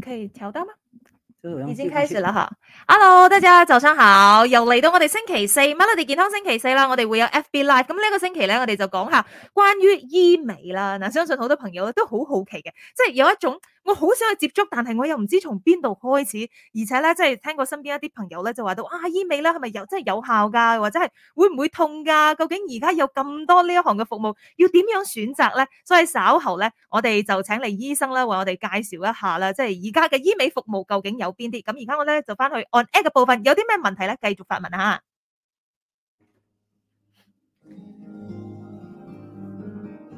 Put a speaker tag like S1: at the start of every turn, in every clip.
S1: 可以調得嗎？已
S2: 已
S1: 經開始啦嚇！Hello，大家早上好，又嚟到我哋星期四 Melody 健康星期四啦，我哋會有 FB Live。咁呢個星期咧，我哋就講下關於醫美啦。嗱，相信好多朋友都好好奇嘅，即係有一種我好想去接觸，但係我又唔知從邊度開始，而且咧即係聽過身邊一啲朋友咧就話到啊，醫美咧係咪有真係有效㗎？或者係會唔會痛㗎？究竟而家有咁多呢一行嘅服務，要點樣選擇咧？所以稍後咧，我哋就請嚟醫生咧為我哋介紹一下啦，即係而家嘅醫美服務究竟有邊啲？咁而家我咧就翻去 on air 嘅部分，有啲咩問題咧，繼續發問啊吓。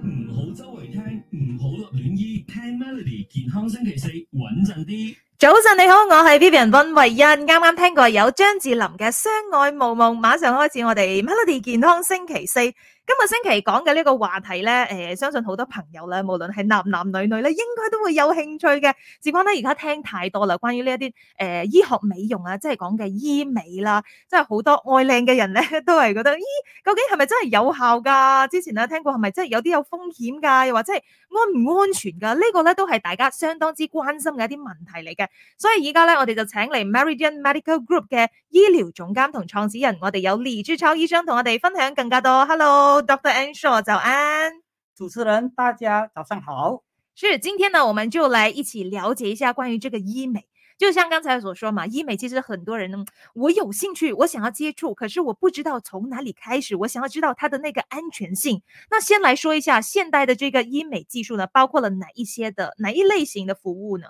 S3: 唔好周圍聽，唔好立亂醫，聽 Melody 健康星期四穩陣啲。
S1: 早晨你好，我係 Vivian 溫慧欣，啱啱聽過有張智霖嘅《相愛無夢》，馬上開始我哋 Melody 健康星期四。今個星期講嘅呢個話題咧，誒、相信好多朋友咧，無論係男男女女咧，應該都會有興趣嘅。事關咧，而家聽太多啦，關於呢一啲誒醫學美容啊，即係講嘅醫美啦，即係好多愛靚嘅人咧， 都係覺得，咦，究竟係咪真係有效㗎？之前咧聽過係咪真係有啲有風險㗎？又或者係安唔安全㗎？呢、個咧都係大家相當之關心嘅一啲問題嚟嘅。所以而家咧，我哋就請嚟 Meridian Medical Group 嘅醫療總監同創始人，我哋有李志超醫生同我哋分享更加多。Hello，Dr. Anshaw，早安。
S2: 主持人，大家早上好。
S1: 是，今天呢，我们就来一起了解一下关于这个医美。就像刚才所说嘛，医美其实很多人呢，我有兴趣，我想要接触，可是我不知道从哪里开始，我想要知道它的那个安全性。那先来说一下现代的这个医美技术呢，包括了哪一些的哪一类型的服务呢？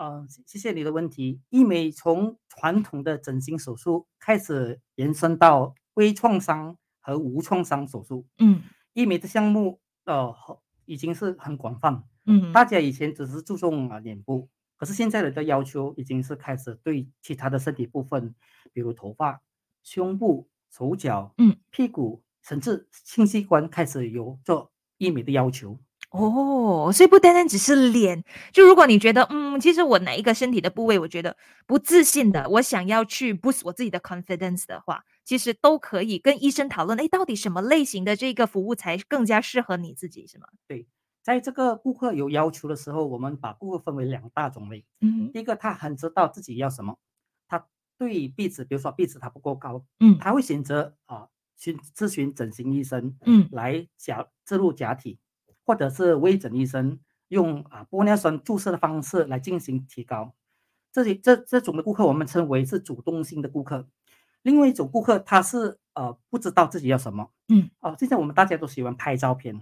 S2: 嗯、谢谢你的问题。医美从传统的整形手术开始延伸到微创伤和无创伤手术。
S1: 嗯
S2: 医美的项目，呃，已经是很广泛。
S1: 嗯
S2: 大家以前只是注重啊脸部，可是现在人的要求已经是开始对其他的身体部分，比如头发、胸部、手脚、
S1: 嗯、
S2: 屁股，甚至性器官开始有做医美的要求。
S1: 哦，所以不单单只是脸，就如果你觉得，嗯，其实我哪一个身体的部位，我觉得不自信的，我想要去 boost 我自己的 confidence 的话，其实都可以跟医生讨论，哎，到底什么类型的这个服务才更加适合你自己，是吗？
S2: 在这个顾客有要求的时候，我们把顾客分为两大种类。
S1: 嗯
S2: 第一个，他很知道自己要什么，他对壁纸，比如说壁纸它不够高，
S1: 嗯
S2: 他会选择啊去咨询整形医生，
S1: 嗯
S2: 来假植入假体，或者是微整医生用啊玻尿酸注射的方式来进行提高。这些这这种的顾客，我们称为是主动性的顾客。另外一种顾客，他是呃不知道自己要什么，
S1: 嗯，
S2: 哦、现在我们大家都喜欢拍照片，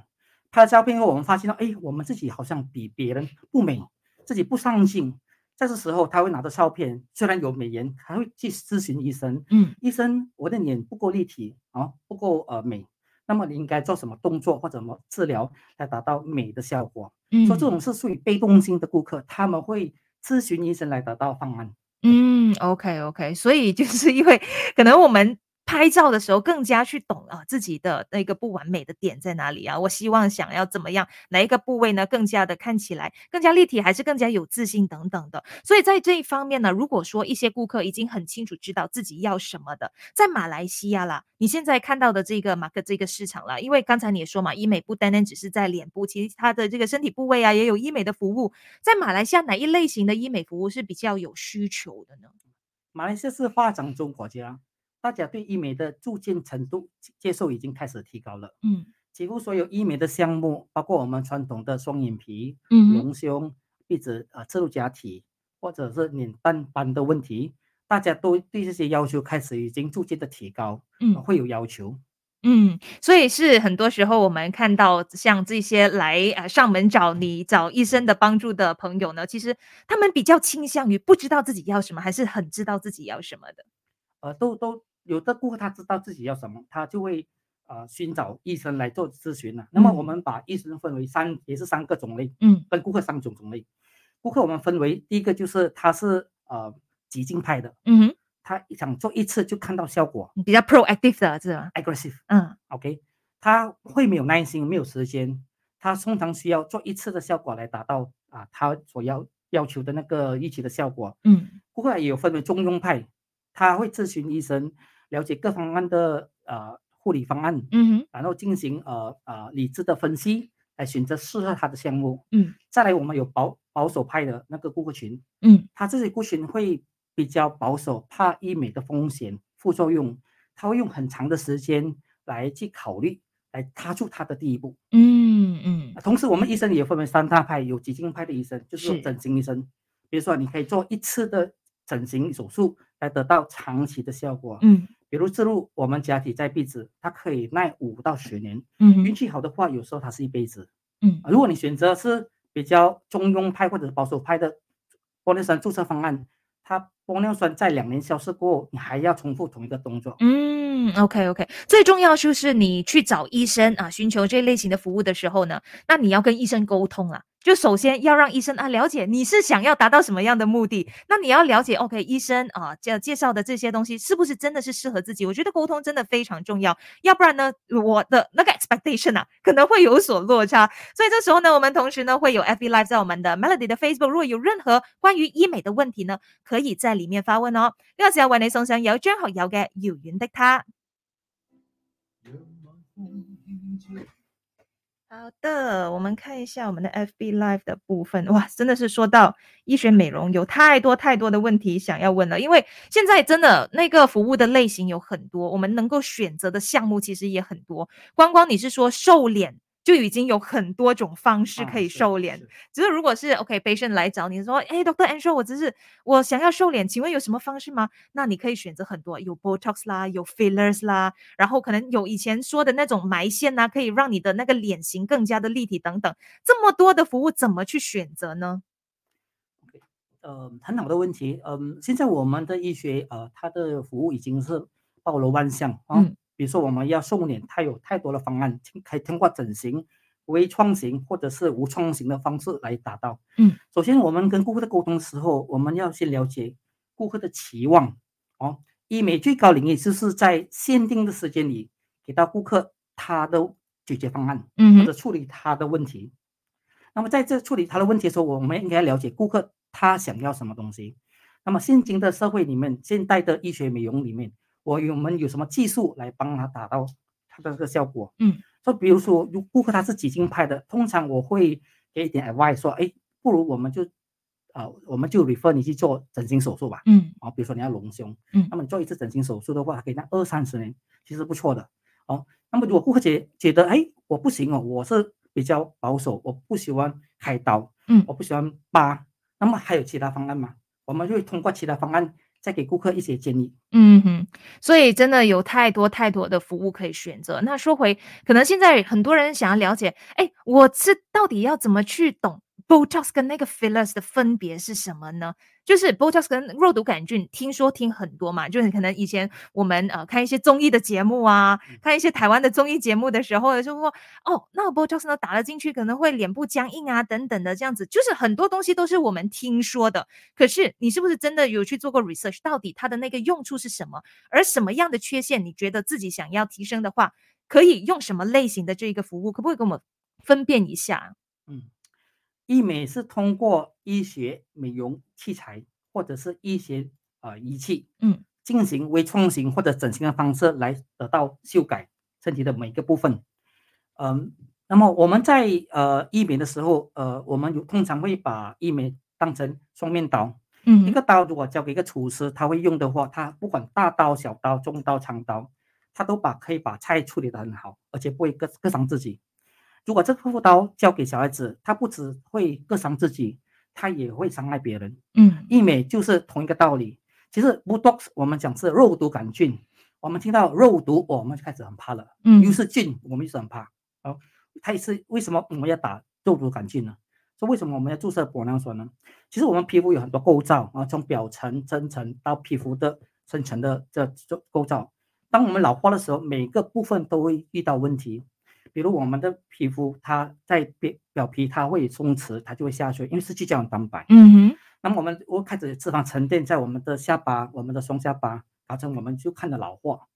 S2: 拍照片后我们发现到，哎，我们自己好像比别人不美，自己不上镜。在这时候，他会拿着照片，虽然有美颜，还会去咨询医生，
S1: 嗯
S2: 医生，我的脸不够立体啊，不够呃美，那么你应该做什么动作或者什么治疗来达到美的效果？
S1: 嗯，
S2: 所以这种是属于被动性的顾客，他们会咨询医生来得到方案。
S1: 嗯，OK OK，所以就是因为可能我们拍照的时候更加去懂啊自己的那个不完美的点在哪里啊，我希望想要怎么样，哪一个部位呢更加的看起来更加立体，还是更加有自信等等的。所以在这一方面呢，如果说一些顾客已经很清楚知道自己要什么的，在马来西亚啦，你现在看到的这个马克这个市场啦，因为刚才你也说嘛，医美不单单只是在脸部，其实它的这个身体部位啊也有医美的服务。在马来西亚哪一类型的医美服务是比较有需求的呢？
S2: 马来西亚是发展中国家，大家对医美的逐渐程度接受已经开始提高了。
S1: 嗯
S2: 几乎所有医美的项目，包括我们传统的双眼皮、
S1: 嗯哼
S2: 隆胸、壁纸啊、植入假体，或者是脸蛋斑的问题，大家都对这些要求开始已经逐渐的提高，
S1: 嗯
S2: 呃会有要求。
S1: 嗯，所以是很多时候我们看到像这些来呃上门找你找医生的帮助的朋友呢，其实他们比较倾向于不知道自己要什么，还是很知道自己要什么的。
S2: 呃，都都有的顾客他知道自己要什么，他就会呃寻找医生来做咨询了。那么我
S1: 嗯
S2: 们把医生分为三，也是三个种类，
S1: 嗯
S2: 跟顾客三种种类。顾客我们分为第一个就是他是呃激进派的，
S1: 嗯哼，
S2: 他想做一次就看到效果
S1: 你比较 proactive 的是吧？
S2: ，aggressive。
S1: 嗯
S2: OK，他会没有耐心，没有时间，他通常需要做一次的效果来达到啊他所要要求的那个预期的效果。
S1: 嗯
S2: 顾客也有分为中庸派，他会咨询医生，了解各方案的呃护理方案，
S1: 嗯哼
S2: 然后进行呃呃理智的分析，来选择适合他的项目。
S1: 嗯，
S2: 再来我们有保保守派的那个顾客群，
S1: 嗯，
S2: 他这些顾客群会比较保守，怕医美的风险副作用，他会用很长的时间来去考虑，来踏出他的第一步。
S1: 嗯嗯
S2: 同时，我们医生也分为三大派，有急性派的医生，就是说
S1: 是
S2: 整形医生。比如说，你可以做一次的整形手术来得到长期的效果。
S1: 嗯
S2: 比如植入我们假体在壁纸，它可以耐五到十年，
S1: 嗯
S2: 运
S1: 哼
S2: 气好的话，有时候它是一辈子。
S1: 嗯
S2: 啊如果你选择是比较中庸派或者是保守派的玻尿酸注射方案，它玻尿酸在两年消失过后，你还要重复同一个动作。
S1: 嗯，OK OK，最重要就是你去找医生啊，寻求这类型的服务的时候呢，那你要跟医生沟通啦。就首先要让医生啊了解你是想要达到什么样的目的，那你要了解 OK 医生啊介介绍的这些东西是不是真的是适合自己？我觉得沟通真的非常重要，要不然呢我的那个 expectation 啊可能会有所落差。所以这时候呢，我们同时呢会有 FB Live 在我们的 Melody 的 Facebook，如果有任何关于医美的问题呢，可以在里面发问哦。呢個時候為你送上有張學友嘅《遙遠的他》。好的，我们看一下我们的 FB Live 的部分。哇，真的是说到医学美容，有太多太多的问题想要问了。因为现在真的那个服务的类型有很多，我们能够选择的项目其实也很多。光光你是说瘦脸，就已经有很多种方式
S2: 啊
S1: 可以
S2: 是
S1: 瘦脸
S2: 是
S1: 只是如果是 OK patient 来找你说，哎，Doctor Andrew，我只是我想要瘦脸，请问有什么方式吗？那你可以选择很多，有 Botox 啦，有 fillers 啦，然后可能有以前说的那种埋线呐、可以让你的那个脸型更加的立体等等。这么多的服务怎么去选择呢？
S2: 呃，很好的问题。嗯、现在我们的医学呃，它的服务已经是包罗万象啊。
S1: 嗯
S2: 比如说我们要瘦脸，它有太多的方案，可以通过整形、微创型或者是无创型的方式来达到。
S1: 嗯，
S2: 首先我们跟顾客的沟通的时候，我们要先了解顾客的期望哦。医美最高领域就是在限定的时间里给到顾客他的解决方案。或
S1: 嗯
S2: 者处理他的问题。那么在这处理他的问题的时候，我们应该了解顾客他想要什么东西。那么现今的社会里面，现代的医学美容里面，我有我们有什么技术来帮他达到他的这个效果？
S1: 嗯，
S2: 就比如说，如顾客他是几经派的，通常我会给一点 advice 说，哎，不如我们就，啊，我们就 refer 你去做整形手术吧。
S1: 嗯
S2: 啊，比如说你要隆胸，
S1: 嗯
S2: 那么你做一次整形手术的话，可以拿二三十年，其实不错的。哦，那么如果顾客觉觉得，哎，我不行哦，我是比较保守，我不喜欢开刀，
S1: 嗯
S2: 我不喜欢疤，那么还有其他方案吗？我们就会通过其他方案再给顾客一些建议。
S1: 嗯哼，所以真的有太多太多的服务可以选择。那说回，可能现在很多人想要了解，哎，我是到底要怎么去懂 Botox 跟那个 fillers 的分别是什么呢？就是 Botox 跟肉毒杆菌，听说听很多嘛，就是可能以前我们呃看一些综艺的节目啊，看一些台湾的综艺节目的时候，就说哦，那个 Botox 呢打了进去可能会脸部僵硬啊等等的这样子，就是很多东西都是我们听说的。可是你是不是真的有去做过 research？到底它的那个用处是什么？而什么样的缺陷，你觉得自己想要提升的话，可以用什么类型的这个服务？可不可以给我们分辨一下？啊
S2: 嗯，医美是通过医学美容器材或者是医学呃仪器，
S1: 嗯，
S2: 进行微创型或者整形的方式来得到修改身体的每个部分。嗯，那么我们在呃医美的时候，呃，我们有通常会把医美当成双面刀，
S1: 嗯
S2: 一个刀如果交给一个厨师，他会用的话，他不管大刀、小刀、中刀、长刀，他都把可以把菜处理得很好，而且不会割割伤自己。如果这副刀交给小孩子，他不只会割伤自己，他也会伤害别人。
S1: 嗯
S2: 医美就是同一个道理。其实 Botox 我们讲是肉毒杆菌，我们听到肉毒，哦我们就开始很怕了。
S1: 嗯
S2: 又是菌，我们就是很怕。哦，它也是为什么我们要打肉毒杆菌呢？说为什么我们要注射玻尿酸呢？其实我们皮肤有很多构造啊，从表层、深层到皮肤的深层的这这构造。当我们老化的时候，每个部分都会遇到问题。比如我们的皮肤，它在表表皮它会松弛，它就会下垂，因为失去胶原蛋白。
S1: 嗯哼
S2: 那么我们我开始脂肪沉淀在我们的下巴、我们的双下巴，导致我们就看着老化。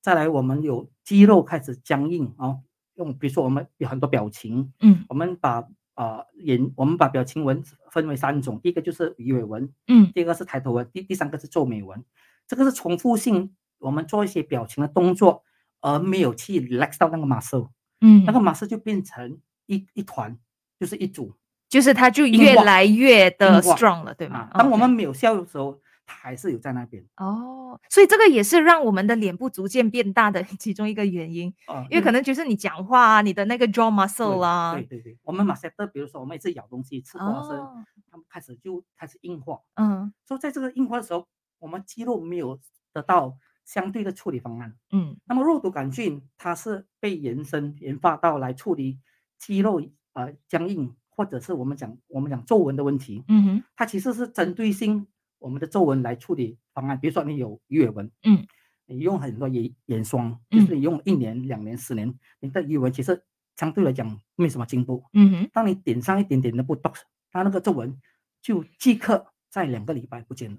S2: 再来，我们有肌肉开始僵硬哦，用比如说我们有很多表情，
S1: 嗯
S2: 我们把啊、呃眼，我们把表情纹分为三种，第一个就是鱼尾纹，
S1: 嗯
S2: 第二个是抬头纹，第第三个是皱眉纹。这个是重复性，我们做一些表情的动作，而没有去 relax 到那个 muscle。
S1: 嗯
S2: 那个马氏就变成一一团，就是一组。
S1: 就是它就
S2: 硬
S1: 越
S2: 化
S1: 来越的
S2: 硬化
S1: strong 了，对吗
S2: 啊。？当我
S1: OK
S2: 们没有效的时候，它还是有在那边。
S1: 哦，所以这个也是让我们的脸部逐渐变大的 其中一个原因，
S2: 啊，
S1: 哦因为可能就是你讲话啊，你的那个 jaw muscle 啊啦、
S2: 对对对，我们马塞特，比如说我们一直咬东西、吃东西，
S1: 哦，
S2: 它们开始就开始硬化。
S1: 嗯
S2: 所以在这个硬化的时候，我们肌肉没有得到相对的处理方案。
S1: 嗯
S2: 那么肉毒杆菌它是被延伸研发到来处理肌肉呃僵硬，或者是我们讲我们讲皱纹的问题。
S1: 嗯哼，
S2: 它其实是针对性我们的皱纹来处理方案。比如说你有鱼尾纹，
S1: 嗯，
S2: 你用很多眼眼霜，就是
S1: 嗯
S2: 你用一年、两年、十年，你的鱼尾纹其实相对来讲没什么进步。
S1: 嗯哼，
S2: 当你点上一点点的 Botox，它那个皱纹就即刻在两个礼拜不见了。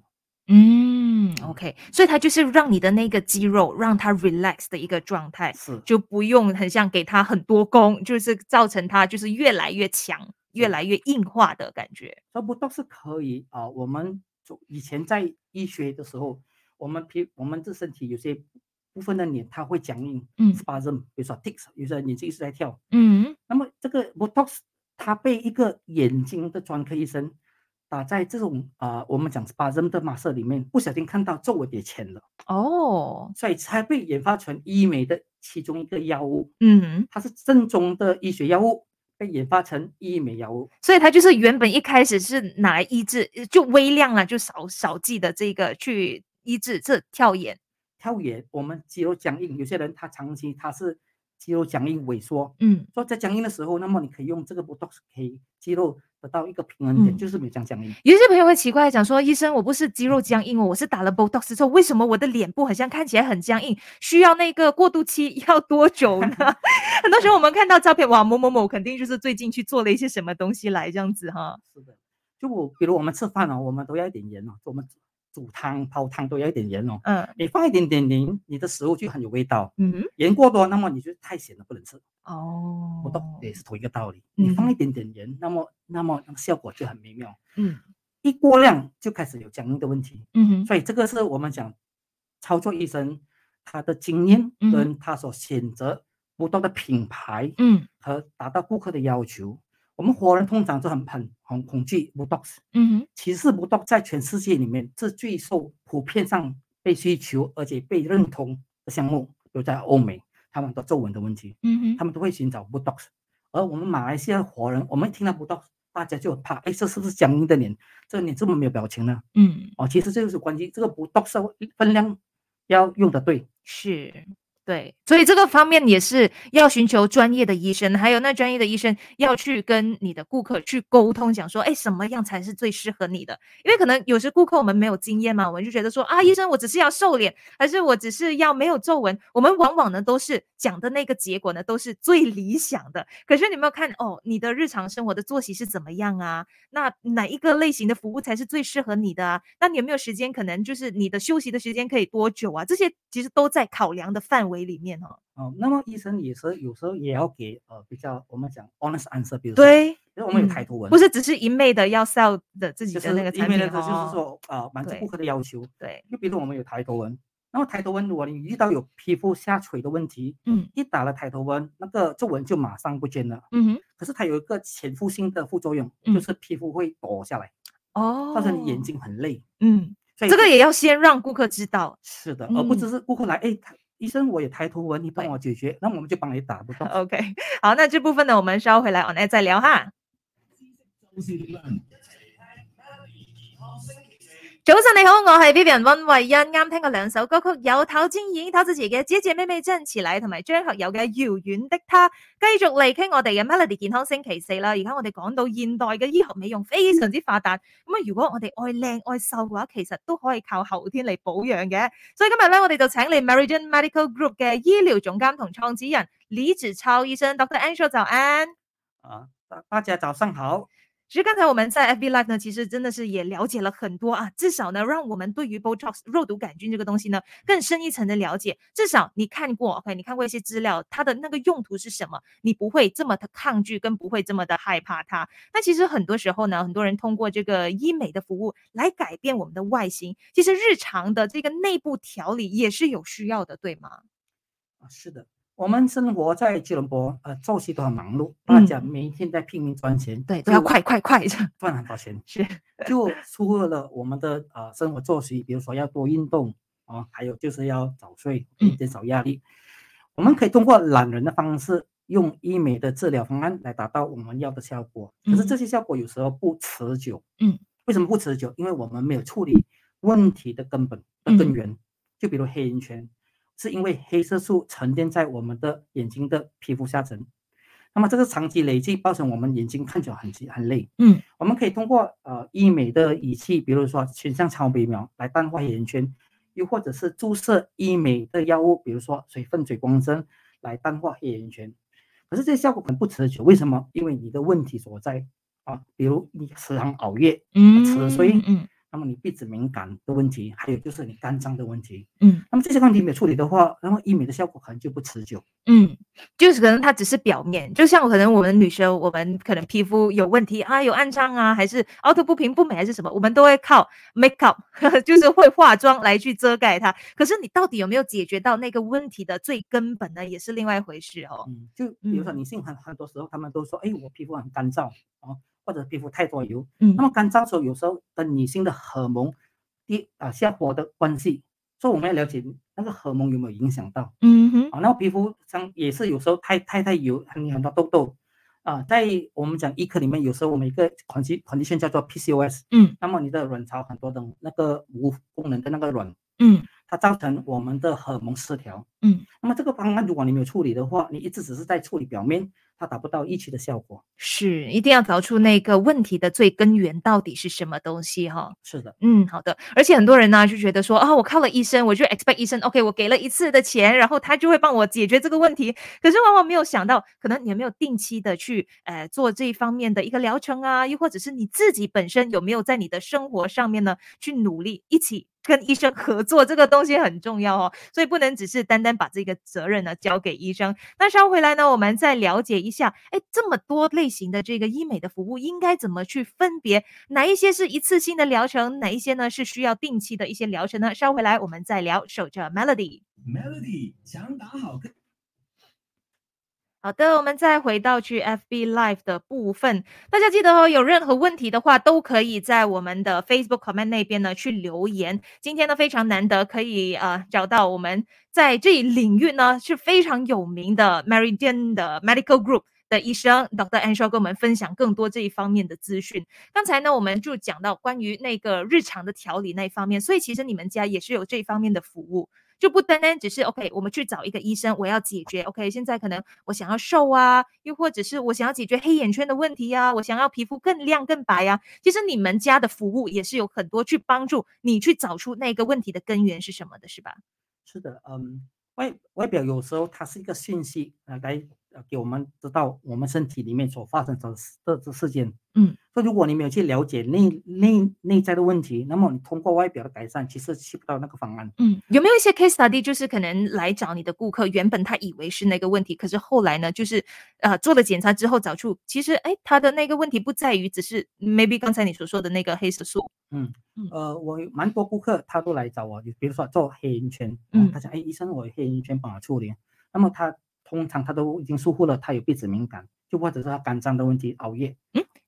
S1: 嗯，OK，所以它就是让你的那个肌肉让它 relax 的一个状态，
S2: 是，
S1: 就不用很像给它很多功，就是造成它就是越来越强、越
S2: 是
S1: 来越硬化的感觉。
S2: 所以 Botox 是可以啊、我们就以前在医学的时候，我们皮我们的身体有些部分的脸它会僵硬，
S1: 嗯
S2: spasm，比如说 tics，有些人眼睛一直在跳。
S1: 嗯
S2: 那么这个 Botox 它被一个眼睛的专科医生打在这种啊、我们讲 spasm 的 muscle 里面，不小心看到皱纹也浅了，
S1: 哦，
S2: 所以才被研发成医美的其中一个药物。
S1: 嗯哼，
S2: 它是正宗的医学药物，被研发成医美药物。
S1: 所以它就是原本一开始是拿来医治，呃就微量啦，就少少剂的这个去医治这跳眼。
S2: 跳远，我们肌肉僵硬，有些人他长期他是肌肉僵硬萎缩，
S1: 嗯
S2: 说在僵硬的时候，那么你可以用这个 Botox 可以肌肉得到一个平衡点，
S1: 嗯
S2: 就是没有这样僵硬。
S1: 有一些朋友会奇怪地讲说，医生，我不是肌
S2: 嗯
S1: 肉僵硬哦，我是打了 Botox 之后，为什么我的脸部好像看起来很僵硬？需要那个过渡期要多久呢？ 很多时候我们看到照片，哇，某某某肯定就是最近去做了一些什么东西来这样子哈。
S2: 是的，就我比如我们吃饭哦，我们都要一点盐哦，我们煮煮汤、煲汤都要一点盐哦。
S1: 嗯
S2: 你放一点点盐，你的食物就很有味道。
S1: 嗯，
S2: 盐过多，那么你就太咸了，不能吃。
S1: 哦
S2: Botox 也是同一个道理，你放一点点盐，那么那么那个效果就很微妙。
S1: 嗯
S2: 一过量就开始有僵硬的问题。
S1: 嗯哼，
S2: 所以这个是我们讲操作医生他的经验
S1: 嗯
S2: 跟他所选择不同的品牌
S1: 嗯
S2: 和达到顾客的要求。我们华人通常都很很很恐惧 Botox，
S1: 嗯哼，
S2: 其实 Botox 在全世界里面是最受普遍上被需求而且被认同的项目，比如在欧美，他们的皱纹的问题，
S1: 嗯
S2: 他们都会寻找 Botox。而我们马来西亚华人，我们一听到 Botox，大家就很怕，哎，这是不是僵硬的脸？这个脸这么没有表情呢？
S1: 嗯，
S2: 哦，其实这就是关于这个不动手分量要用的对，
S1: 是。对，所以这个方面也是要寻求专业的医生，还有那专业的医生要去跟你的顾客去沟通，讲说，哎，什么样才是最适合你的？因为可能有时顾客我们没有经验嘛，我们就觉得说啊，医生，我只是要瘦脸，还是我只是要没有皱纹？我们往往呢都是讲的那个结果呢都是最理想的。可是你有没有看哦，你的日常生活的作息是怎么样啊？那哪一个类型的服务才是最适合你的啊？那你有没有时间？可能就是你的休息的时间可以多久啊？这些其实都在考量的范围里面哦。
S2: 哦，那么医生也是有时候也要给呃比较我们讲 honest answer，比如说，
S1: 对，
S2: 比如我们有
S1: 嗯
S2: 抬头纹，
S1: 不是只是一昧的要 sell 的自己
S2: 就
S1: 的
S2: 是
S1: 那个
S2: 因
S1: 产
S2: 为
S1: 品
S2: 那个就是
S1: 哦
S2: 说啊满足
S1: 对
S2: 顾客的要求，
S1: 对，
S2: 就比如我们有抬头纹，那么抬头纹如果你遇到有皮肤下垂的问题，
S1: 嗯
S2: 一打了抬头纹，那个皱纹就马上不见了。
S1: 嗯哼，
S2: 可是它有一个潜伏性的副作用，
S1: 嗯
S2: 就是皮肤会躲下来，
S1: 哦，
S2: 造成你眼，睛很累。
S1: 嗯，
S2: 所以
S1: 这个也要先让顾客知道。
S2: 是的，而不
S1: 嗯
S2: 只是顾客来，哎，他医生我有抬头纹，你帮
S1: 对
S2: 我解决，那么我们就帮你打不动。
S1: OK，好，那这部分呢，我们稍回来 on air 再聊哈。
S3: 就是力量。
S1: 早晨你好，我系 Vivian 温慧欣，啱聽過兩首歌曲，有頭先演透視自己嘅《姐姐妹妹真遲嚟》，同埋張學友嘅《遙遠的她》。繼續嚟傾我哋嘅 Melody 健康星期四啦。而家我哋講到現代嘅醫學美容非常之發達，咁啊，如果我哋愛靚愛瘦嘅話，其實都可以靠後天嚟保養嘅。所以今日咧，我哋就請嚟 Meridian Medical Group 嘅醫療總監同創始人李子超醫生 Dr. Angel 早安。
S2: 啊，大大家早上好。
S1: 其实刚才我们在 FB Live 呢，其实真的是也了解了很多啊，至少呢，让我们对于 Botox 肉毒杆菌这个东西呢，更深一层的了解。至少你看过，OK，你看过一些资料，它的那个用途是什么，你不会这么的抗拒，跟不会这么的害怕它。那其实很多时候呢，很多人通过这个医美的服务来改变我们的外形，其实日常的这个内部调理也是有需要的，对吗？
S2: 啊，是的，我们生活在吉隆坡，呃，作息都很忙碌，大
S1: 嗯
S2: 家每天在拼命赚钱，
S1: 对，都要
S2: 就
S1: 快快快这样
S2: 赚很多钱，
S1: 是，
S2: 就出乎了我们的呃生活作息，比如说要多运动啊，还有就是要早睡，可以
S1: 嗯
S2: 减少压力。我们可以通过懒人的方式，用医美的治疗方案来达到我们要的效果。可是这
S1: 嗯
S2: 些效果有时候不持久，
S1: 嗯，
S2: 为什么不持久？因为我们没有处理问题的根本的
S1: 嗯
S2: 根源，就比如黑眼圈，是因为黑色素沉淀在我们的眼睛的皮肤下层。那么这个长期累积，造成我们眼睛看起来很很累。
S1: 嗯，
S2: 我们可以通过呃医美的仪器，比如说全像超微秒来淡化黑眼圈，又或者是注射医美的药物，比如说水分水光针来淡化黑眼圈。可是这效果可能不持久，为什么？因为你的问题所在啊，比如你时常熬夜，
S1: 嗯，
S2: 所以
S1: 嗯
S2: 那么你鼻子敏感的问题，还有就是你肝脏的问题。
S1: 嗯
S2: 那么这些问题没有处理的话，然后医美的效果可能就不持久。
S1: 嗯，就是可能它只是表面，就像可能我们女生，我们可能皮肤有问题啊，有暗疮啊，还是凹凸不平不美，还是什么，我们都会靠 make up，就是 会化妆来去遮盖它。可是你到底有没有解决到那个问题的最根本呢，也是另外一回事哦。
S2: 嗯，就比如说女性很很多时候，她们都说，哎，我皮肤很干燥啊，或者皮肤太多油。
S1: 嗯
S2: 那么干燥的时候，有时候跟女性的荷尔蒙低啊下滑的关系，所以我们要了解那个荷尔蒙有没有影响到
S1: 嗯哼，
S2: 啊。那皮肤上也是有时候太太太油，很很多痘痘啊。在我们讲医科里面，有时候我们一个 condi- condition 叫做 PCOS，
S1: 嗯
S2: 那么你的卵巢很多的那个无功能的那个卵，
S1: 嗯
S2: 它造成我们的荷尔蒙失调。
S1: 嗯，
S2: 那么这个方案如果你没有处理的话，你一直只是在处理表面，它达不到预期的效果。
S1: 是一定要找出那个问题的最根源到底是什么东西哈、
S2: 是的，
S1: 嗯，好的。而且很多人呢、就觉得说啊，我靠了医生，我就 expect 医生，OK，我给了一次的钱，然后他就会帮我解决这个问题。可是往往没有想到，可能你有没有定期的去呃做这一方面的一个疗程啊，又或者是你自己本身有没有在你的生活上面呢去努力一起。跟医生合作这个东西很重要哦，所以不能只是单单把这个责任呢交给医生。那稍回来呢，我们再了解一下，哎，这么多类型的这个医美的服务应该怎么去分别哪一些是一次性的疗程，哪一些呢是需要定期的一些疗程呢？稍回来我们再聊。守着 Melody。
S3: Melody 想打好跟
S1: 好的，我们再回到去 FB Live 的部分，大家记得哦，有任何问题的话，都可以在我们的 Facebook comment 那边呢去留言。今天呢非常难得可以呃找到我们在这一领域呢是非常有名的 Meridian 的 Medical Group 的医生 Dr. Anshaw 跟我们分享更多这一方面的资讯。刚才呢我们就讲到关于那个日常的调理那一方面，所以其实你们家也是有这一方面的服务。就不单单只是 OK，我们去找一个医生，我要解决 OK，现在可能我想要瘦啊，又或者是我想要解决黑眼圈的问题呀、我想要皮肤更亮更白呀、啊其实你们家的服务也是有很多去帮助你去找出那个问题的根源是什么的，是吧？
S2: 是的，嗯，外外表有时候它是一个讯息，呃，来呃给我们知道我们身体里面所发生的事的的事件。
S1: 嗯，
S2: 所以如果你没有去了解内内内在的问题，那么你通过外表的改善，其实去不到那个方案。
S1: 嗯，有没有一些 case study 就是可能来找你的顾客，原本他以为是那个问题，可是后来呢，就是呃做了检查之后找出，其实哎他的那个问题不在于只是 maybe 刚才你所说的那个黑色素，
S2: 呃，我有蛮多顾客他都来找我，比如说做黑眼圈，啊
S1: 嗯
S2: 他讲，哎，医生，我有黑眼圈帮我处理。那么他通常他都已经疏忽了，他有鼻子敏感，就或者是他肝脏的问题，熬夜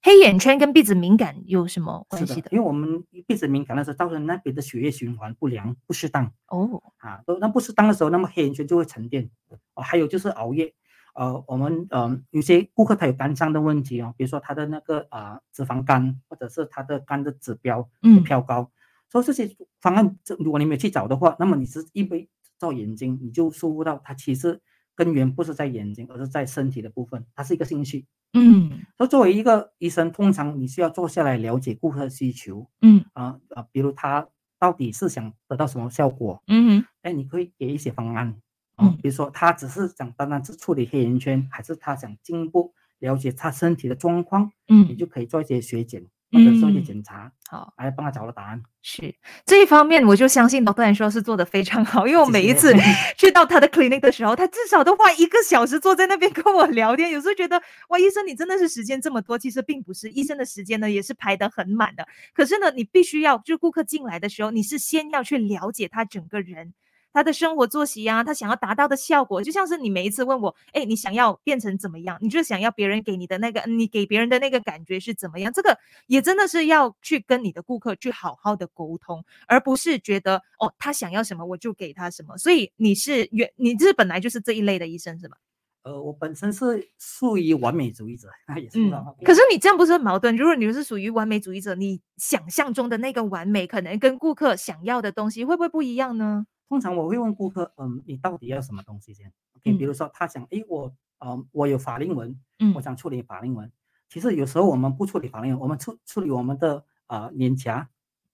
S1: 黑眼圈跟鼻子敏感有什么关
S2: 是
S1: 系的？
S2: 因为我们鼻子敏感的时候，造成那边的血液循环不良、不适当
S1: 哦，
S2: 啊，都那不适当的时候，那么黑眼圈就会沉淀。哦，还有就是熬夜，呃，我们呃有些顾客他有肝脏的问题哦，比如说他的那个啊、脂肪肝，或者是他的肝的指标会
S1: 嗯，
S2: 飘高。所以这些方案，这如果你没有去找的话，那么你是一杯照眼睛，你就疏忽到它其实根源不是在眼睛，而是在身体的部分，它是一个兴趣。
S1: 嗯
S2: 所以作为一个医生，通常你需要坐下来了解顾客的需求
S1: 嗯
S2: 啊啊、比如他到底是想得到什么效果，
S1: 嗯哼
S2: 哎，你可以给一些方案啊、
S1: 嗯
S2: 比如说他只是想单单是处理黑眼圈，还是他想进一步了解他身体的状况，你
S1: 嗯，
S2: 就可以做一些血检或者做一些
S1: 嗯
S2: 检查，
S1: 好，
S2: 来帮他找到答案。
S1: 是这一方面，我就相信 d 然说是做的非常好，因为我
S2: 谢
S1: 每一
S2: 谢
S1: 次 去到他的 clinic 的时候，他至少都花一个小时坐在那边跟我聊天。有时候觉得哇，医生你真的是时间这么多，其实并不是，医生的时间呢也是排得很满的。可是呢，你必须要就顾客进来的时候，你是先要去了解他整个人。他的生活作息呀、他想要达到的效果，就像是你每一次问我，哎，你想要变成怎么样？你就想要别人给你的那个，你给别人的那个感觉是怎么样？这个也真的是要去跟你的顾客去好好的沟通，而不是觉得哦，他想要什么我就给他什么。所以你是原你这本来就是这一类的医生是吗？
S2: 呃，我本身是属于完美主义者， 也是不知道
S1: 嗯可是你这样不是很矛盾？如果你是属于完美主义者，你想象中的那个完美，可能跟顾客想要的东西会不会不一样呢？
S2: 通常我会问顾客，嗯，你到底要什么东西先？OK，比如说他想，诶，我，嗯，我有法令纹，
S1: 嗯
S2: 我想处理法令纹。其实有时候我们不处理法令纹，我们处处理我们的啊、呃脸颊，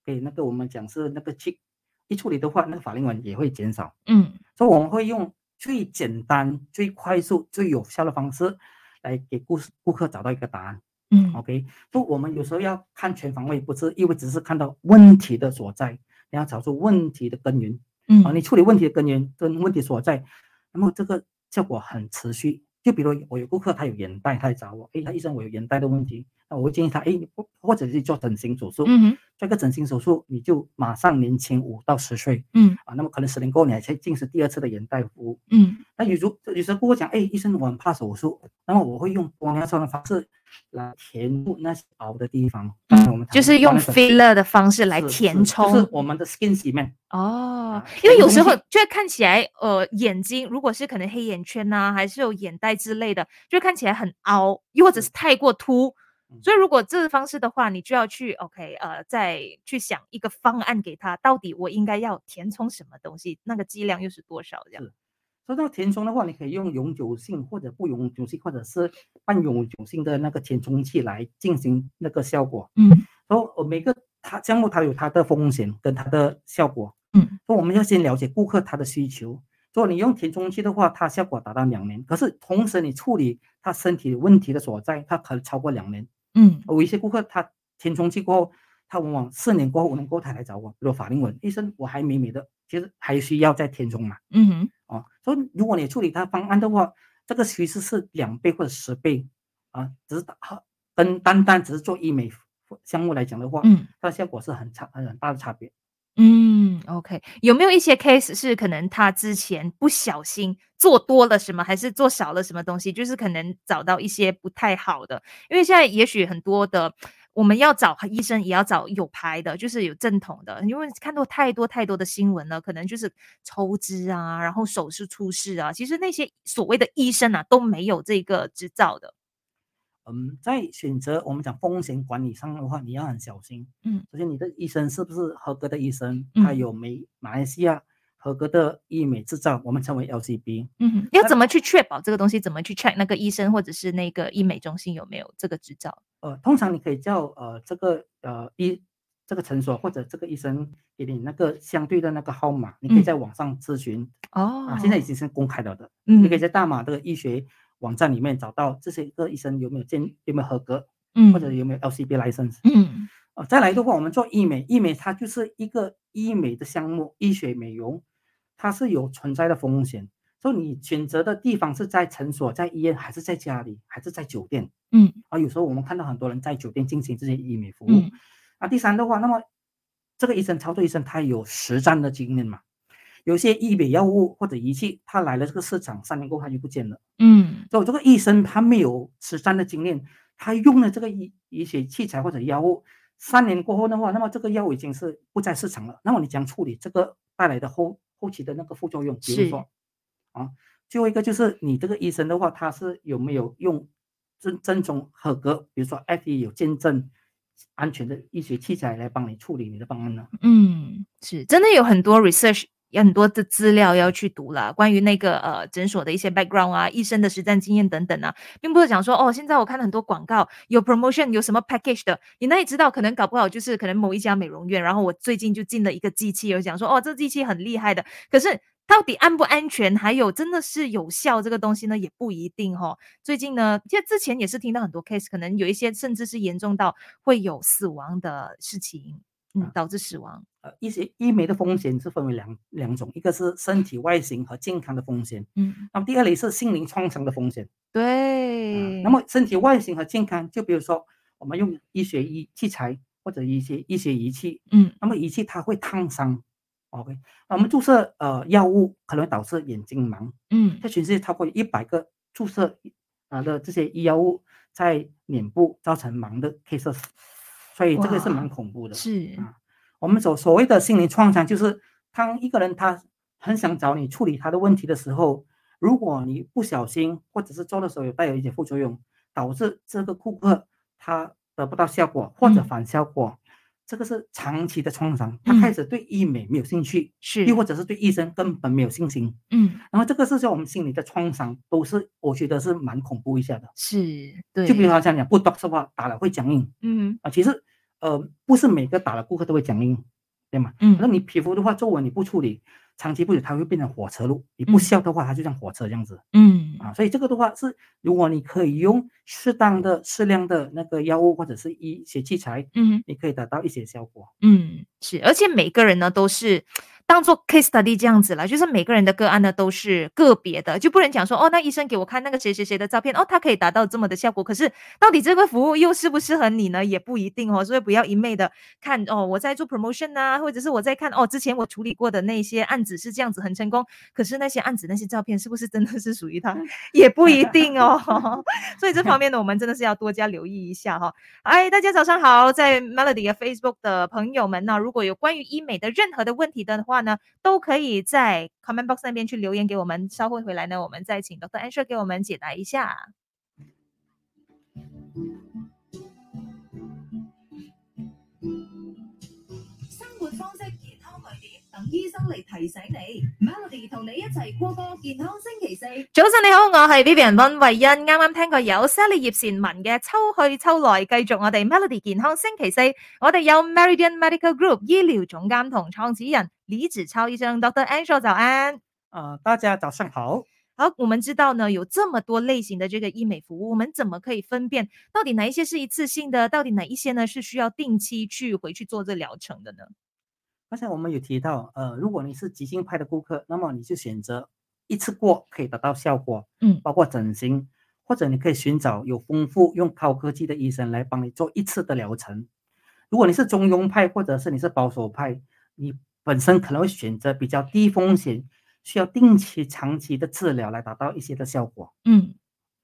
S2: 给那个我们讲是那个 cheek，一处理的话，那个法令纹也会减少。
S1: 嗯
S2: 所以我们会用最简单、最快速、最有效的方式来给顾顾客找到一个答案。
S1: 嗯
S2: OK，所以我们有时候要看全方位，不是因为只是看到问题的所在，你要找出问题的根源。啊，
S1: 嗯
S2: 你处理问题的根源跟问题所在，那么这个效果很持续。就比如我有顾客，他有眼袋，他来找我，诶，他医生我有眼袋的问题，那我会建议他，诶，你不或者是做整形手术，
S1: 嗯
S2: 做一个整形手术，你就马上年轻五到十岁
S1: 嗯
S2: 啊，那么可能十年过后你还去进行第二次的眼袋服务。
S1: 嗯
S2: 那有时候有时候顾客讲，诶，医生我很怕手术，那么我会用玻尿酸的方式来填补那些凹的地方。当然我们
S1: 嗯，就是
S2: 谈
S1: 用
S2: 玻尿酸
S1: filler 的方式来
S2: 是
S1: 填
S2: 是
S1: 充。
S2: 就是我们的 skin 里面。
S1: 哦
S2: 啊，
S1: 因为
S2: 填
S1: 有
S2: 充
S1: 时候
S2: 性
S1: 就会看起来，呃，眼睛如果是可能黑眼圈呐、还是有眼袋之类的，就会看起来很凹，又或者
S2: 是
S1: 是太过凸。
S2: 嗯
S1: 所以如果这个方式的话，你就要去 OK，呃，再去想一个方案给他，到底我应该要填充什么东西，那个剂量又是多少这样。
S2: 是说到填充的话，你可以用永久性或者不永久性，或者是半永久性的那个填充器来进行那个效果。
S1: 嗯
S2: 然后呃每个它项目它有它的风险跟它的效果，
S1: 嗯
S2: 所以我们要先了解顾客他的需求。如果你用填充器的话，它效果达到两年，可是同时你处理他身体问题的所在，它可能超过两年。
S1: 嗯
S2: 有一些顾客他填充器过后，他往往四年过后能够他来找我，比如法令纹，医生我还美美的，其实还需要再填充嘛。
S1: 嗯哼
S2: 啊，所以如果你处理它方案的话，这个其实是两倍或者十倍啊，只是打跟单单只是做医美项目来讲的话，
S1: 嗯
S2: 它的效果是很差很大的差别。
S1: 嗯，OK，有没有一些 case 是可能他之前不小心做多了什么，还是做少了什么东西？就是可能找到一些不太好的，因为现在也许很多的我们要找医生，也要找有牌的，就是有正统的，因为看到太多太多的新闻了，可能就是抽脂啊，然后手术出事啊，其实那些所谓的医生啊都没有这个执照的。
S2: 嗯，在选择我们讲风险管理上的话，你要很小心。
S1: 嗯，
S2: 首先你的医生是不是合格的医生？他
S1: 嗯
S2: 有没马来西亚合格的医美执照？我们称为 LCB。
S1: 嗯哼，要
S2: 那
S1: 怎么去确保这个东西？怎么去 check 那个医生或者是那个医美中心有没有这个执照？
S2: 呃，通常你可以叫呃这个呃医这个诊所或者这个医生给你那个相对的那个号码，你可以
S1: 嗯
S2: 在网上咨询、
S1: 哦，
S2: 啊，现在已经是公开了的，
S1: 嗯
S2: 你可以在大马的医学网站里面找到这些个医生有没有健有没有合格，
S1: 嗯
S2: 或者有没有 LCB license。
S1: 嗯
S2: 呃，再来的话，我们做医美，医美它就是一个医美的项目，医学美容，它是有存在的风险。所以你选择的地方是在诊所、在医院，还是在家里，还是在酒店？
S1: 嗯
S2: 啊，有时候我们看到很多人在酒店进行这些医美服务。
S1: 嗯
S2: 啊，第三的话，那么这个医生操作医生他有实战的经验嘛？有些医美药物或者仪器，它来了这个市场三年过后它就不见了。
S1: 嗯
S2: 所以这个医生他没有实战的经验，他用了这个医医学器材或者药物，三年过后的话，那么这个药物已经是不在市场了。那么你将处理这个带来的后后期的那个副作用，比
S1: 是
S2: 如说，啊，最后一个就是你这个医生的话，他是有没有用遵遵从合格，比如说 FDA 有见证安全的医学器材来帮你处理你的方案呢？
S1: 嗯，是真的有很多 research，有很多的资料要去读了，关于那个呃诊所的一些 background 啊，医生的实战经验等等啊，并不是讲说哦，现在我看了很多广告有 promotion 有什么 package 的，你哪里知道？可能搞不好就是可能某一家美容院，然后我最近就进了一个机器，有讲说哦，这机器很厉害的，可是。到底安不安全，还有真的是有效这个东西呢，也不一定哦。最近呢，其实之前也是听到很多 case，可能有一些甚至是严重到会有死亡的事情，嗯
S2: 啊，
S1: 导致死亡。
S2: 呃，一些医美的风险是分为两两种，一个是身体外形和健康的风险，
S1: 嗯，
S2: 那么第二类是心灵创伤的风险。啊
S1: 对。
S2: 那么身体外形和健康，就比如说我们用医学仪器材或者一些医学仪器，
S1: 嗯
S2: 那么仪器它会烫伤 OK，我们注射呃药物可能会导致眼睛盲，
S1: 嗯
S2: 在全世界超过一百个注射啊的这些医药物在脸部造成盲的 cases，所以这个是
S1: 哇
S2: 蛮恐怖的。
S1: 是
S2: 啊我们所所谓的心灵创伤，就是当一个人他很想找你处理他的问题的时候，如果你不小心或者是做的时候有带有一点副作用，导致这个顾客他得不到效果或者
S1: 嗯
S2: 反效果，这个是长期的创伤。他开
S1: 嗯
S2: 始对医美没有兴趣，
S1: 是
S2: 又或者是对医生根本没有信心。
S1: 嗯
S2: 然后这个是在我们心里的创伤，都是我觉得是蛮恐怖一下的。
S1: 是，对，
S2: 就比如好像讲不 d o 的话，打了会僵硬
S1: 嗯
S2: 啊，其实呃不是每个打了顾客都会僵硬，对吗？那
S1: 嗯
S2: 你皮肤的话，皱纹你不处理，长期不处理，它会变成火车路。你不
S1: 嗯
S2: 笑的话，它就像火车这样子
S1: 嗯
S2: 啊。所以这个的话是，如果你可以用适当的、适量的那个药物或者是一些器材，
S1: 嗯
S2: 你可以达到一些效果。
S1: 嗯是，而且每个人呢都是。当做 case study 这样子啦，就是每个人的个案呢都是个别的，就不能讲说哦，那医生给我看那个谁谁谁的照片，哦，他可以达到这么的效果，可是到底这个服务又适不适合你呢，也不一定哦，所以不要一昧的看哦，我在做 promotion 啊，或者是我在看哦，之前我处理过的那些案子是这样子很成功，可是那些案子那些照片是不是真的是属于他， 也不一定哦， 所以这方面呢，我们真的是要多加留意一下哈、哎，大家早上好，在 Melody 的 Facebook 的朋友们呢，如果有关于医美的任何的问题的话呢，都可以在 comment box 那边去留言给我们。稍后回来呢，我们再请 Dr. Ansher 给我们解答一下。
S4: 生活方式健康雷點，等醫生嚟提醒你。Melody 同你一齊過個健康星期四。
S1: 早晨你好，我系 Vivian 温慧欣，啱啱聽過有 Sally 葉善文嘅《秋去秋來》，繼續我哋 Melody 健康星期四，我哋有 Meridian Medical Group 醫療總監同創始人李子超醫生 Dr. Ansher 早安。
S2: 啊，大家早上好。
S1: 好，我们知道呢，有这么多类型的这个医美服务，我们怎么可以分辨到底哪一些是一次性的，到底哪一些呢是需要定期去回去做这疗程的呢？
S2: 刚才我们有提到，呃，如果你是急性派的顾客，那么你就选择一次过可以达到效果，
S1: 嗯
S2: 包括整形，或者你可以寻找有丰富用高科技的医生来帮你做一次的疗程。如果你是中庸派，或者是你是保守派，你本身可能会选择比较低风险，需要定期长期的治疗来达到一些的效果。
S1: 嗯，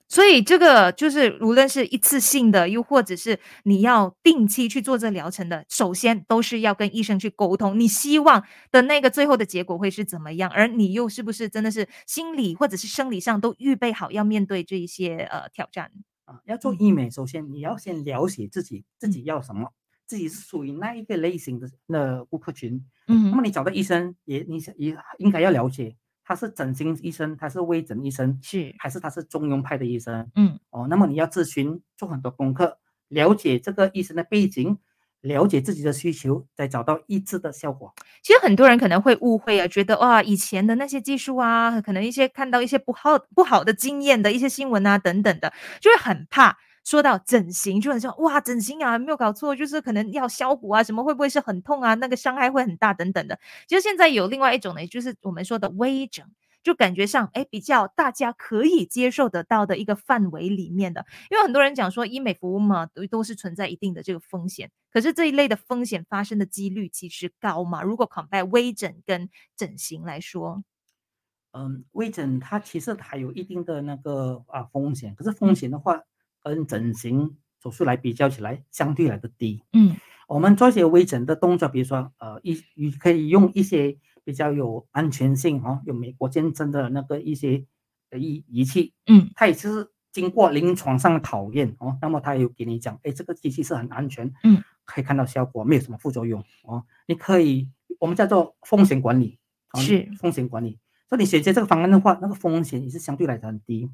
S1: 所以这个就是无论是一次性的，又或者是你要定期去做这疗程的，首先都是要跟医生去沟通，你希望的那个最后的结果会是怎么样，而你又是不是真的是心理或者是生理上都预备好要面对这一些呃挑战？
S2: 啊，要做
S1: 嗯
S2: 医美，首先你要先了解自己，自己要什么，自己是属于那一个类型的那顾客群。
S1: 嗯
S2: 那么你找的医生也你想也应该要了解，他是整形医生，他是微整医生，
S1: 是，
S2: 还是他是中庸派的医生？
S1: 嗯，
S2: 哦，那么你要咨询，做很多功课，了解这个医生的背景，了解自己的需求，再找到一致的效果。
S1: 其实很多人可能会误会啊，觉得哇，以前的那些技术啊，可能一些看到一些不好不好的经验的一些新闻啊等等的，就会很怕。说到整形，就很说哇，整形啊，没有搞错，就是可能要削骨啊，什么会不会是很痛啊？那个伤害会很大等等的。其实现在有另外一种呢，就是我们说的微整，就感觉上哎比较大家可以接受得到的一个范围里面的。因为很多人讲说医美服务嘛，都都是存在一定的这个风险，可是这一类的风险发生的几率其实高嘛。如果 compare 微整跟整形来说，
S2: 嗯，微整它其实还有一定的那个啊风险，可是风险的话，跟整形手术来比较起来，相对来的低。
S1: 嗯
S2: 我们做一些微整的动作，比如说呃一你可以用一些比较有安全性哦，有美国见证的那个一些呃仪仪器，
S1: 嗯
S2: 它也是经过临床上的考验哦，那么它有给你讲，哎，这个机器是很安全，
S1: 嗯，
S2: 可以看到效果，没有什么副作用哦，你可以我们叫做风险管理，哦、
S1: 是
S2: 风险管理，所以你选择这个方案的话，那个风险也是相对来讲很低。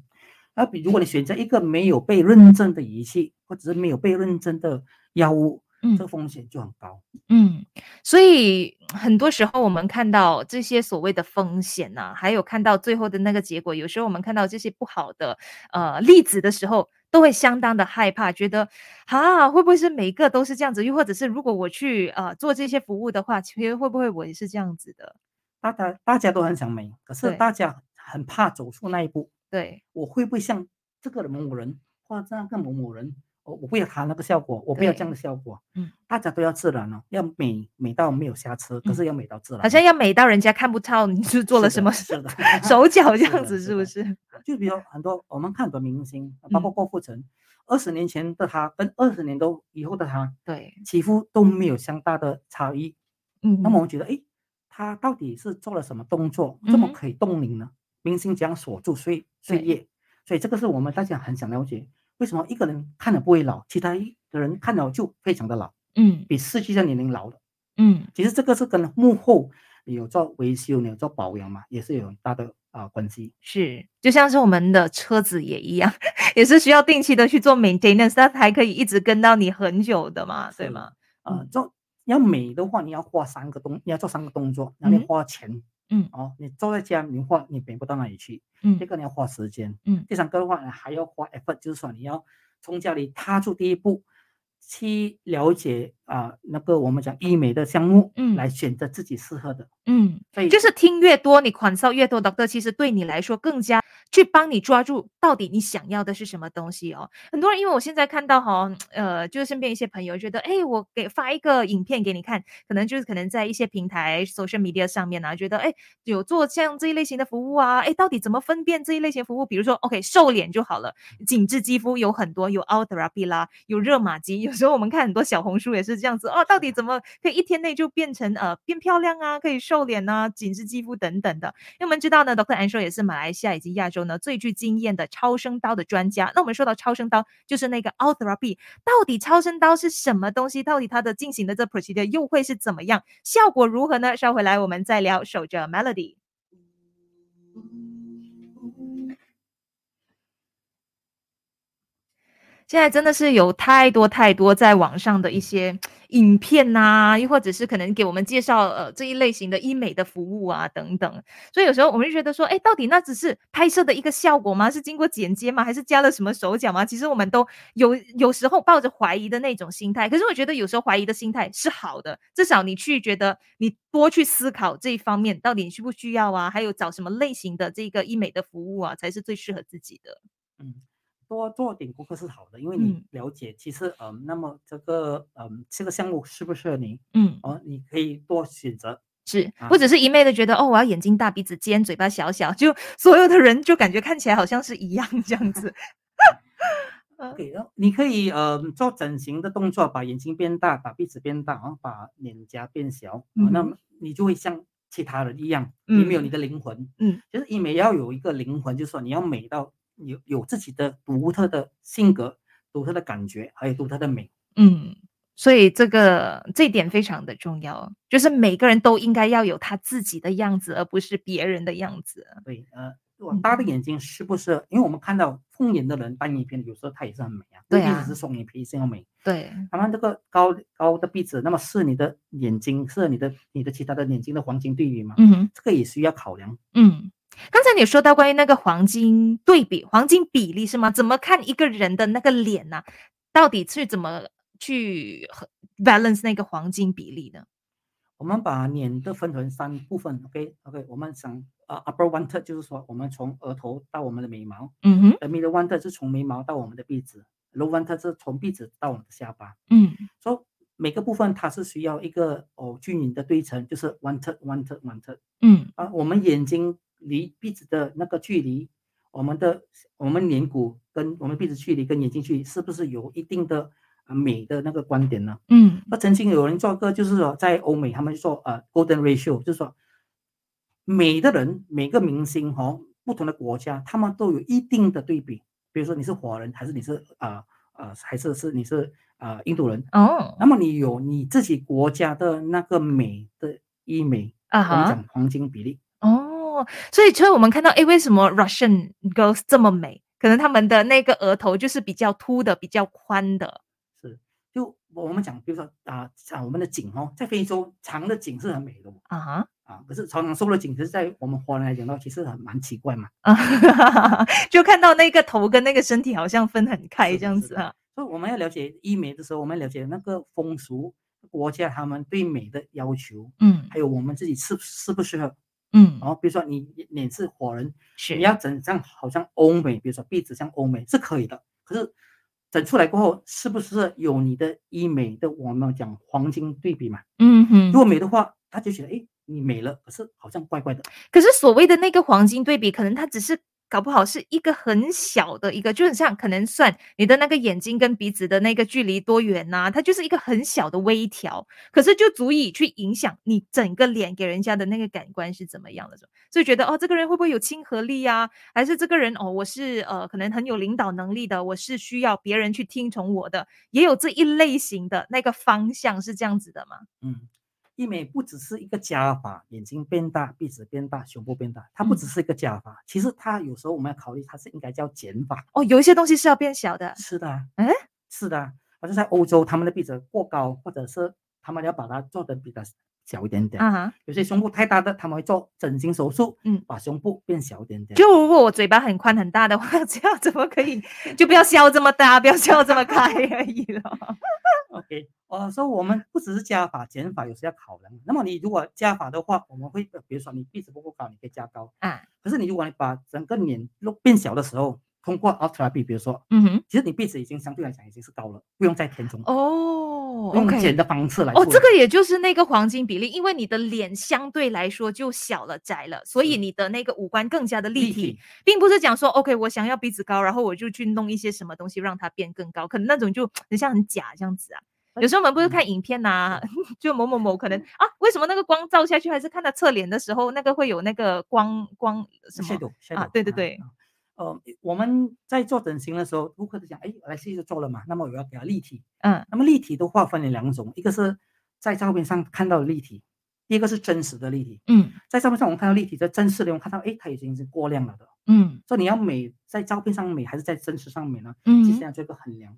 S2: 那比如果你选择一个没有被认证的仪器，或者是没有被认证的药物，
S1: 嗯
S2: 这个风险就很高。
S1: 嗯，所以很多时候我们看到这些所谓的风险呐、还有看到最后的那个结果，有时候我们看到这些不好的呃例子的时候，都会相当的害怕，觉得啊会不会是每一个都是这样子？又或者是如果我去呃做这些服务的话，其实会不会我也是这样子的？
S2: 大家大家都很想美，可是
S1: 对
S2: 大家很怕走出那一步。
S1: 对，
S2: 我会不会像这个某某人，或者那个某某人，我我不要它那个效果，我不要这样的效果。
S1: 嗯，
S2: 大家都要自然哦，要美美到没有瑕疵，可是要美到自然。
S1: 好像要美到人家看不到你是做了什么
S2: 是的，是的
S1: 手脚这
S2: 是
S1: 样
S2: 的
S1: 子，
S2: 是
S1: 是不
S2: 的
S1: 是？
S2: 就比如很多我们看很多明星，包括
S1: 嗯
S2: 郭富城，二十年前的他跟二十年都以后的他，
S1: 对，
S2: 几乎都没有相大的差异。
S1: 嗯，
S2: 那么我们觉得，哎，他到底是做了什么动作，这
S1: 嗯
S2: 么
S1: 哼
S2: 可以冻龄呢？明星讲锁住岁岁
S1: 对
S2: 月，所以这个是我们大家很想了解，为什么一个人看了不会老，其他一的人看了就非常的老，
S1: 嗯
S2: 比实际的年龄老的。
S1: 嗯
S2: 其实这个是跟幕后你有做维修，你有做保养嘛，也是有很大的啊、关系。
S1: 是，就像是我们的车子也一样， 也是需要定期的去做 maintenance，它才可以一直跟到你很久的嘛，对
S2: 是
S1: 吗？
S2: 啊，
S1: 嗯
S2: 做要美的话，你要花三个动，你要做三个动作，然后
S1: 嗯
S2: 你花钱，
S1: 嗯
S2: 哦，你坐在家你花你美不到哪里去。
S1: 嗯
S2: 第二个你要花时间，
S1: 嗯
S2: 第三个的话呢还要花 effort，就是说你要从家里踏出第一步，去了解啊、那个我们讲医美的项目，
S1: 嗯
S2: 来选择自己适合的。
S1: 嗯，
S2: 所以
S1: 就是听越多，你款受越多，doctor 其实对你来说更加去帮你抓住到底你想要的是什么东西哦。很多人因为我现在看到哈、呃，就是身边一些朋友觉得，哎，我给发一个影片给你看，可能就是可能在一些平台 social media 上面啊，觉得哎有做像这一类型的服务啊，哎，到底怎么分辨这一类型服务？比如说，OK，瘦脸就好了，紧致肌肤有很多，有 out therapy 啦，有热玛吉， 有时候我们看很多小红书也是这样子哦，到底怎么可以一天内就变成呃变漂亮啊，可以瘦脸啊，紧致肌肤等等的。因为我们知道呢，Dr. Ansho 也是马来西亚以及亚洲呢最具经验的超声刀的专家。那我们说到超声刀，就是那个 out therapy，到底超声刀是什么东西？到底它的进行的这 procedure 又会是怎么样？效果如何呢？稍回来我们再聊。守着 Melody。现在真的是有太多太多在网上的一些影片呐、又或者是可能给我们介绍呃这一类型的医美的服务啊等等，所以有时候我们就觉得说，哎，到底那只是拍摄的一个效果吗？是经过剪接吗？还是加了什么手脚吗？其实我们都有有时候抱着怀疑的那种心态，可是我觉得有时候怀疑的心态是好的，至少你去觉得你多去思考这一方面，到底你需不需要啊？还有找什么类型的这个医美的服务啊，才是最适合自己的。
S2: 嗯，多做点功课是好的，因为你
S1: 嗯
S2: 了解其实嗯、那么这个嗯、这个项目适不适合你
S1: 嗯。
S2: 哦，你可以多选择。
S1: 是，
S2: 啊
S1: 或者是一昧的觉得哦，我要眼睛大、鼻子尖、嘴巴小小，就 所有的人就感觉看起来好像是一样这样子。
S2: 对，然后你可以呃做整形的动作，把眼睛变大，把鼻子变大，然后把脸颊变小，啊那
S1: 嗯
S2: 么你就会像其他人一样，你没有你
S1: 嗯
S2: 的灵魂。
S1: 嗯，
S2: 就是医美要有一个灵魂，就是说你要美到有有自己的独特的性格、独特的感觉，还有独特的美。
S1: 嗯，所以这个这一点非常的重要，就是每个人都应该要有他自己的样子，而不是别人的样子。
S2: 对，呃，我
S1: 嗯
S2: 大的眼睛是不是？因为我们看到凤眼的人单眼皮，有时候它也是很美啊，
S1: 对
S2: 不一定
S1: 啊
S2: 只是双眼皮这样美。
S1: 对，
S2: 他们这个高高的鼻子，那么是你的眼睛，是你的你的其他的眼睛的黄金对比吗？
S1: 嗯哼
S2: 这个也需要考量。
S1: 嗯。刚才你有说到关于那个黄金对比、黄金比例是吗？怎么看一个人的那个脸呢、到底是怎么去衡 balance 那个黄金比例呢？
S2: 我们把脸的分成三部分，OK OK，我们想呃 upper one third 就是说我们从额头到我们的眉毛
S1: 嗯哼，
S2: 呃，middle one third 是从眉毛到我们的鼻子，low one third 是从鼻子到我们的下巴。
S1: 嗯
S2: 所以每个部分它是需要一个哦均匀的对称，就是 one third one third one third
S1: 嗯
S2: 啊，我们眼睛离鼻子的那个距离，我们的我们脸骨跟我们鼻子距离跟眼睛距离是不是有一定的呃美的那个观点呢？
S1: 嗯
S2: 那曾经有人做过，就是说在欧美，他们就说呃 golden ratio，就是说每的人每个明星哦，不同的国家，他们都有一定的对比。比如说你是华人，还是你是呃呃，还是是你是呃印度人，
S1: 哦
S2: 那么你有你自己国家的那个美的医美，
S1: 啊
S2: 我们
S1: 哈
S2: 讲黄金比例。
S1: 哦，所以所以我们看到，诶，为什么 Russian girls 这么美？可能他们的那个额头就是比较凸的，比较宽的。
S2: 就我们讲，比如说啊啊，我们的颈哦，在非洲长的颈是很美的哦
S1: 啊哈
S2: 啊，可是常常瘦的颈，可是在我们华人来讲的话，其实很蛮奇怪嘛。
S1: 啊， 就看到那个头跟那个身体好像分很开
S2: 是
S1: 这
S2: 的
S1: 样
S2: 是
S1: 子
S2: 的
S1: 啊。
S2: 所以我们要了解医美的时候，我们了解那个风俗国家他们对美的要求，
S1: 嗯
S2: 还有我们自己适不适不适合。
S1: 嗯
S2: 然，后比如说你脸哦是火人，
S1: 是
S2: 你要整像好像欧美，比如说鼻子像欧美是可以的，可是整出来过后，是不是有你的医美的我们讲黄金对比嘛？
S1: 嗯哼
S2: 如，果美的话，他就觉得哎，诶你美了，可是好像怪怪的。
S1: 可是所谓的那个黄金对比，可能它只是搞不好是一个很小的一个，就很像可能算你的那个眼睛跟鼻子的那个距离多远呐、它就是一个很小的微调，可是就足以去影响你整个脸给人家的那个感官是怎么样的，所以觉得哦，这个人会不会有亲和力呀、还是这个人哦，我是呃可能很有领导能力的，我是需要别人去听从我的，也有这一类型的那个方向是这样子的吗？
S2: 嗯，医美不只是一个加法，眼睛变大、鼻子变大、胸部变大，它不只
S1: 嗯
S2: 是一个加法。其实它有时候我们要考虑，它是应该叫减法。
S1: 哦，有一些东西是要变小的，
S2: 是的啊，
S1: 诶
S2: 是的啊。好像在欧洲，他们的鼻子过高，或者是他们要把它做的比较小一点点。
S1: 啊哈。
S2: 有些胸部太大的，他们会做整形手术，
S1: 嗯
S2: 把胸部变小一点点。
S1: 就如果我嘴巴很宽很大的话， 这样怎么可以？就不要笑这么大，不要笑这么开而已了。
S2: OK，呃，所以我们不只是加法、减法，有时要考量。那么你如果加法的话，我们会呃比如说你鼻子不够高，你可以加高。
S1: 啊，
S2: 可是你如果你把整个脸弄变小的时候，通过 out therapy，比如说，
S1: 嗯哼，
S2: 其实你鼻子已经相对来讲已经是高了，不用再填充，
S1: 哦
S2: 用减
S1: ，OK，
S2: 的方式来
S1: 哦，
S2: 做
S1: 这
S2: 了
S1: 个也就是那个黄金比例，因为你的脸相对来说就小了、窄了，所以
S2: 是
S1: 你的那个五官更加的立
S2: 立
S1: 体，
S2: 体。
S1: 并不是讲说 OK，我想要鼻子高，然后我就去弄一些什么东西让它变更高，可能那种就很像很假这样子啊。有时候我们不是看影片呐、 就某某某可能啊，为什么那个光照下去，还是看他侧脸的时候，那个会有那个光光什么
S2: 谢斗，谢
S1: 啊
S2: 斗
S1: 对对对。
S2: 啊呃，我们在做整形的时候，顾客就讲，哎，我来试试做了嘛，那么我要给它立体。
S1: 嗯，
S2: 那么立体的话分为两种，一个是在照片上看到的立体，第一个是真实的立体。
S1: 嗯
S2: 在照片上我们看到立体，在真实的我们看到，哎，它已经是过量了的。
S1: 嗯
S2: 所以你要美，在照片上美还是在真实上美呢？其
S1: 嗯，
S2: 实要做一个衡量，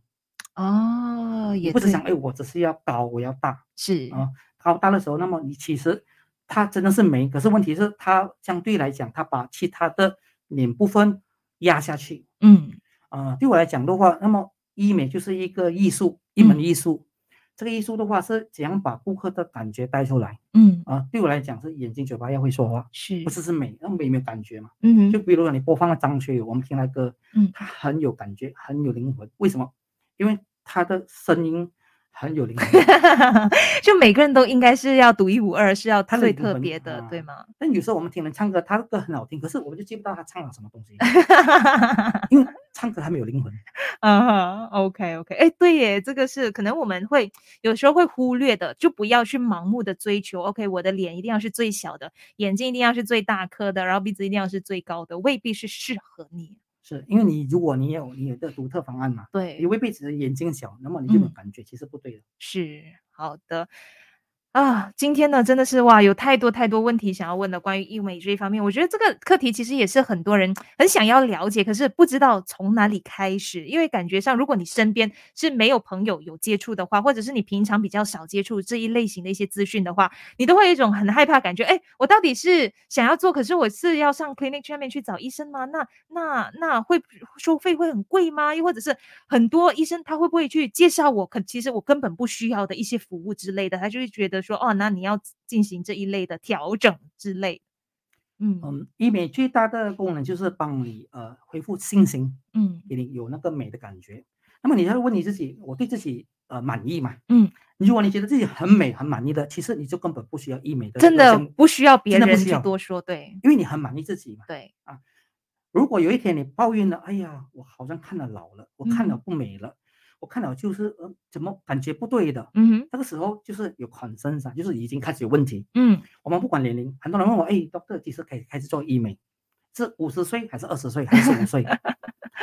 S1: 哦，
S2: 你
S1: 也
S2: 不是
S1: 对
S2: 想，哎，我只是要高，我要大，
S1: 是
S2: 啊高大的时候，那么你其实它真的是美，可是问题是它相对来讲，它把其他的脸部分压下去
S1: 嗯
S2: 啊、对我来讲的话，那么医美就是一个艺术，一门
S1: 嗯
S2: 艺术。这个艺术的话是怎样把顾客的感觉带出来
S1: 嗯
S2: 啊、对我来讲是眼睛、嘴巴要会说话，
S1: 是
S2: 不，只是美，那美没有感觉嘛？
S1: 嗯
S2: 就
S1: 哼
S2: 比如说你播放了张学友，我们听他歌，
S1: 嗯
S2: 他很有感觉，很有灵魂。为什么？因为他的声音很有 灵魂。
S1: 就每个人都应该是要独一无二，是要
S2: 他的
S1: 最
S2: 灵
S1: 特
S2: 魂
S1: 别的，对
S2: 啊
S1: 吗？
S2: 但有时候我们听人唱歌，他的歌很好听，可是我们就记不到他唱了什么 东西，因为唱歌他没有灵魂。
S1: 啊哈，OK OK，哎，对耶，这个是可能我们会有时候会忽略的，就不要去盲目的追求。OK，我的脸一定要是最小的，眼睛一定要是最大颗的，然后鼻子一定要是最高的，未必是适合你。
S2: 是因为你如果你有你有一个独特方案嘛，
S1: 对
S2: 你，未必只是眼睛小，那么你就有
S1: 嗯
S2: 感觉，其实不对的。
S1: 是好的啊，今天呢真的是哇，有太多太多问题想要问的关于医美这一方面。我觉得这个课题其实也是很多人很想要了解，可是不知道从哪里开始，因为感觉上如果你身边是没有朋友有接触的话，或者是你平常比较少接触这一类型的一些资讯的话，你都会有一种很害怕感觉，哎，我到底是想要做，可是我是要上 clinic 上面去找医生吗？那那那会收费会很贵吗？又或者是很多医生他会不会去介绍我？可其实我根本不需要的一些服务之类的，他就会觉得说，哦，那你要进行这一类的调整之类的。嗯
S2: 嗯，医美最大的功能就是帮你呃恢复信心，
S1: 嗯
S2: 给你有那个美的感觉。那么你要问你自己，我对自己呃满意嘛？
S1: 嗯，
S2: 如果你觉得自己很美很满意的，其实你就根本不需要医美的，
S1: 真呃的不需要别
S2: 真的不
S1: 人
S2: 需
S1: 去
S2: 要
S1: 多说，对
S2: 因为你很满意自己嘛。
S1: 对，
S2: 如果有一天你抱怨了，哎呀，我好像看了老了，我看了
S1: 嗯
S2: 不美了，我看了就是呃怎么感觉不对的，
S1: 嗯哼
S2: 那个时候就是有 concern 啊，就是已经开始有问题。
S1: 嗯
S2: 我们不管年龄，很多人问我，哎，doctor 几时可以开始做医美？是五十岁还是二十岁还是十五岁？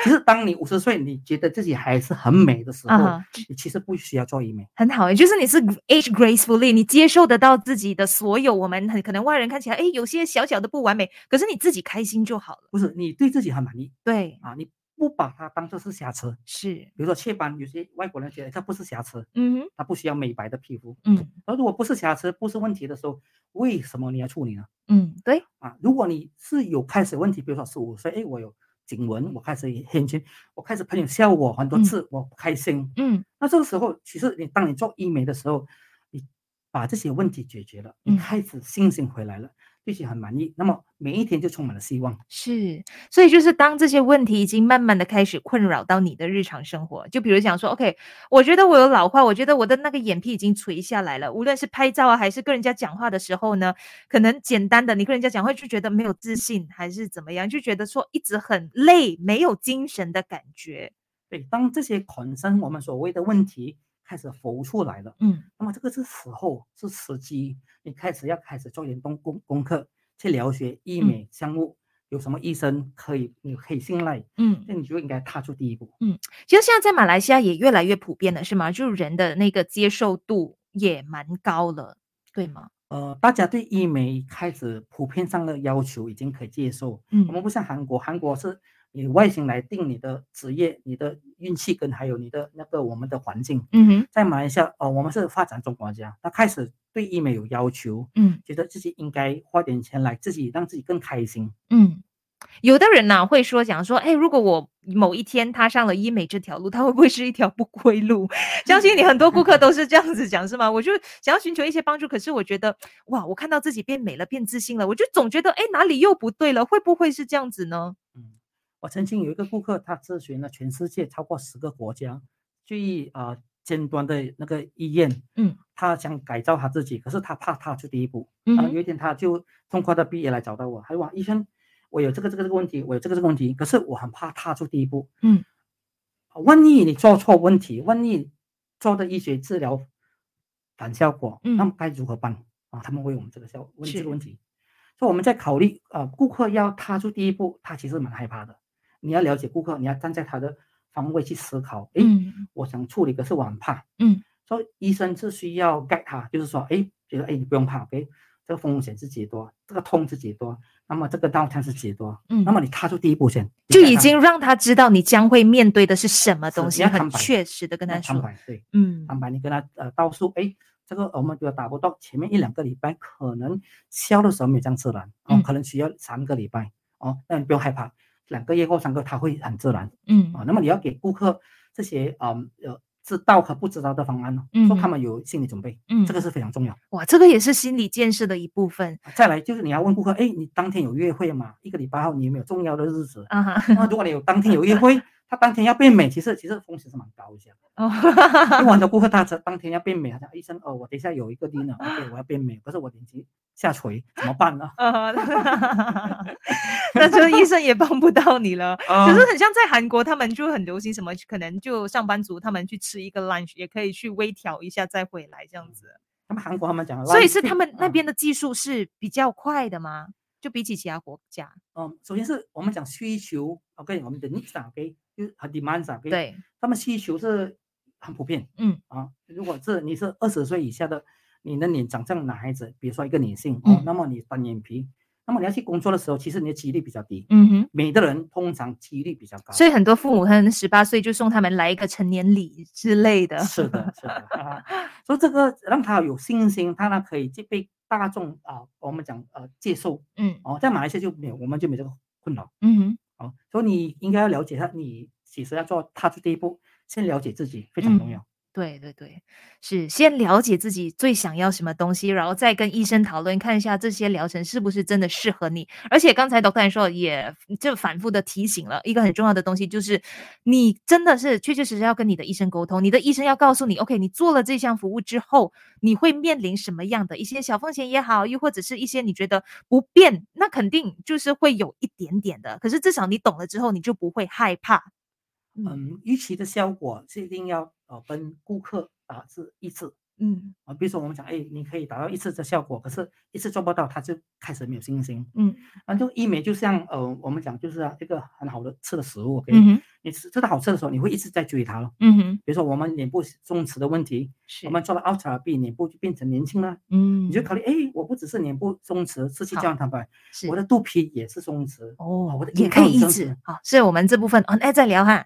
S2: 其实当你五十岁，你觉得自己还是很美的时候，
S1: 啊哈，
S2: 你其实不需要做医美。
S1: 很好诶，就是你是 age gracefully，你接受得到自己的所有，我们很可能外人看起来，诶，有些小小的不完美，可是你自己开心就好了。
S2: 不是你对自己很满意
S1: 对，
S2: 啊，你不把它当做是瑕疵。
S1: 是，
S2: 比如说雀斑，有些外国人觉得它不是瑕疵，
S1: 嗯哼，
S2: 它不需要美白的皮肤。
S1: 嗯
S2: 而如果不是瑕疵，不是问题的时候，为什么你要处理呢？
S1: 嗯，对，
S2: 啊，如果你是有开始问题，比如说十五岁，哎，我有颈纹，我开始有黑眼圈，我开始朋友笑我很多
S1: 嗯
S2: 次，我不开心。
S1: 嗯
S2: 那这个时候，其实你当你做医美的时候，你把这些问题解决了，
S1: 嗯
S2: 你开始信心回来了，对自己很满意，那么每一天就充满了希望。
S1: 是，所以就是当这些问题已经慢慢的开始困扰到你的日常生活，就比如讲说，OK，我觉得我有老化，我觉得我的那个眼皮已经垂下来了，无论是拍照啊，还是跟人家讲话的时候呢，可能简单的你跟人家讲话就觉得没有自信，还是怎么样，就觉得说一直很累，没有精神的感觉。
S2: 对，当这些 concern 我们所谓的问题开始浮出来了，
S1: 嗯，
S2: 那么这个是时候是时机，你开始要开始做点功功功课，去了解医
S1: 嗯
S2: 美项目、有什么医生可以你可以信赖，
S1: 嗯，
S2: 那你就应该踏出第一步。
S1: 其实现在在马来西亚也越来越普遍了，是吗？就是人的那个接受度也蛮高了，对吗？
S2: 呃，大家对医美开始普遍上的要求已经可以接受，
S1: 嗯
S2: 我们不像韩国，韩国是以外形来定你的职业、你的运气跟还有你的那个我们的环境。
S1: 嗯哼，
S2: 在马来西亚，呃，我们是发展中国家，他开始对医美有要求，
S1: 嗯
S2: 觉得自己应该花点钱来自己让自己更开心。
S1: 嗯，有的人呢、会说讲说，哎，如果我某一天踏上了医美这条路，它会不会是一条不归路？ 相信你很多顾客都是这样子讲，是吗？我就想要寻求一些帮助，可是我觉得，哇，我看到自己变美了，变自信了，我就总觉得，哎，哪里又不对了？会不会是这样子呢？
S2: 嗯，我曾经有一个顾客，他咨询了全世界超过十个国家最啊、呃尖端的那个医院，
S1: 嗯，
S2: 他想改造他自己，可是他怕踏出第一步。
S1: 嗯
S2: 然后
S1: 哼，
S2: 啊有一天他就痛快的毕业来找到我，他就说：“医生，我有这个这个这个问题，我有这个这个问题，可是我很怕踏出第一步。
S1: 嗯
S2: 啊，万一你做错问题，万一做的医学治疗反效果，那
S1: 嗯
S2: 么该如何办？啊，他们为我们这个效问这
S1: 是
S2: 个问题，所以我们在考虑啊、呃顾客要踏出第一步，他其实蛮害怕的。你要了解顾客，你要站在他的方位去思考，诶，
S1: 嗯
S2: 我想处理，可是我很怕。
S1: 嗯，
S2: 所以医生是需要 g 他，就是说，哎，觉得哎，诶你不用怕，OK，这个风险是几多，这个痛是几多，那么这个 down 是几多，
S1: 嗯
S2: 那么你踏出第一步先，你
S1: 就
S2: guide
S1: 已
S2: 他
S1: 经让他知道你将会面对的是什么
S2: 是
S1: 东
S2: 你
S1: 西，
S2: 要
S1: 很
S2: 坦白
S1: 确实的跟
S2: 那
S1: 他
S2: 坦
S1: 说，
S2: 白，对，
S1: 嗯
S2: 坦白你跟他呃倒数，哎，这个我们比如打不到，前面一两个礼拜可能消的时候没有这样自然，哦
S1: 嗯，
S2: 可能需要三个礼拜，哦，那你不用害怕，两个月后三个他会很自然，
S1: 嗯
S2: 啊，那么你要给顾客这些啊呃知道和不知道的方案呢，说他
S1: 嗯
S2: 们有心理准备，
S1: 嗯，
S2: 这个是非常重要。
S1: 哇，这个也是心理建设的一部分
S2: 再来就是你要问顾客，哎，你当天有约会吗？一个礼拜后你有没有重要的 日子？
S1: 啊哈。
S2: 那如果你有当天有约会，他当天要变美，其实其实风险是蛮高一些的。
S1: 哦，
S2: 因为很多顾客他是当天要变美，他讲医生哦，我等一下有一个 dinner，OK，我要变美，可是我脸皮下垂，怎么 办呢？
S1: 呃，那就医生也帮不到你 了。
S2: 啊
S1: 可是很像在韩国，他们就很流行什么，可能就上班族他们去吃一个 lunch，也可以去微调一下再回来这样子。
S2: 他们韩国他们讲，
S1: 所以是他们那
S2: 啊
S1: 边的技术是比较快的吗？就比起其他国家，
S2: 嗯，首先是我们讲需求，OK，我们的 needs 啊，OK，就是和 demands 啊，OK，
S1: 对，
S2: 他们需求是很普遍，
S1: 嗯
S2: 啊，如果是你是二十岁以下的，你的脸长像男孩子，比如说一个女性哦
S1: 嗯，
S2: 那么你单眼皮，那么你要去工作的时候，其实你的几率比较低，
S1: 嗯哼。
S2: 美的人通常几率比较高，
S1: 所以很多父母可能十八岁就送他们来一个成年礼之类的。
S2: 是的，是的，啊所以这个让他有信心，他呢可以去被大众啊、我们讲呃接受
S1: 嗯
S2: 哦，在马来西亚就没有，我们就没这个困扰。
S1: 嗯哼，
S2: 哦，所以你应该要了解他，你其实要做踏出第一步，先了解自己非常重
S1: 嗯
S2: 要。
S1: 对对对，是先了解自己最想要什么东西，然后再跟医生讨论，看一下这些疗程是不是真的适合你。而且刚才 Doctor 说也就反复的提醒了一个很重要的东西，就是你真的是确确实实要跟你的医生沟通，你的医生要告诉你，OK，你做了这项服务之后，你会面临什么样的一些小风险也好，又或者是一些你觉得不便，那肯定就是会有一点点的。可是至少你懂了之后，你就不会害怕。
S2: 嗯，预期的效果是一定要呃跟顾客达至一致
S1: 嗯
S2: 啊。比如说我们讲，哎，你可以达到一次的效果，可是一次做不到，他就开始没有信心。
S1: 嗯
S2: 然后就医美就像呃我们讲就是啊一个很好的吃的食物，
S1: 嗯哼
S2: 你吃吃到好吃的时候，你会一直在追它了。
S1: 嗯哼，
S2: 比如说我们脸部松弛的问题，
S1: 是
S2: 我们做了 out therapy，脸部就变成年轻了。
S1: 嗯
S2: 你就考虑，哎，我不只是脸部松弛，是去
S1: 好
S2: 胶原蛋白，
S1: 是
S2: 我的肚皮也是松弛。
S1: 哦
S2: 我的
S1: 也
S2: 阴
S1: 可
S2: 道
S1: 以抑
S2: 增
S1: 制
S2: 殖。
S1: 好，所以我们这部分哦，哎，再聊哈。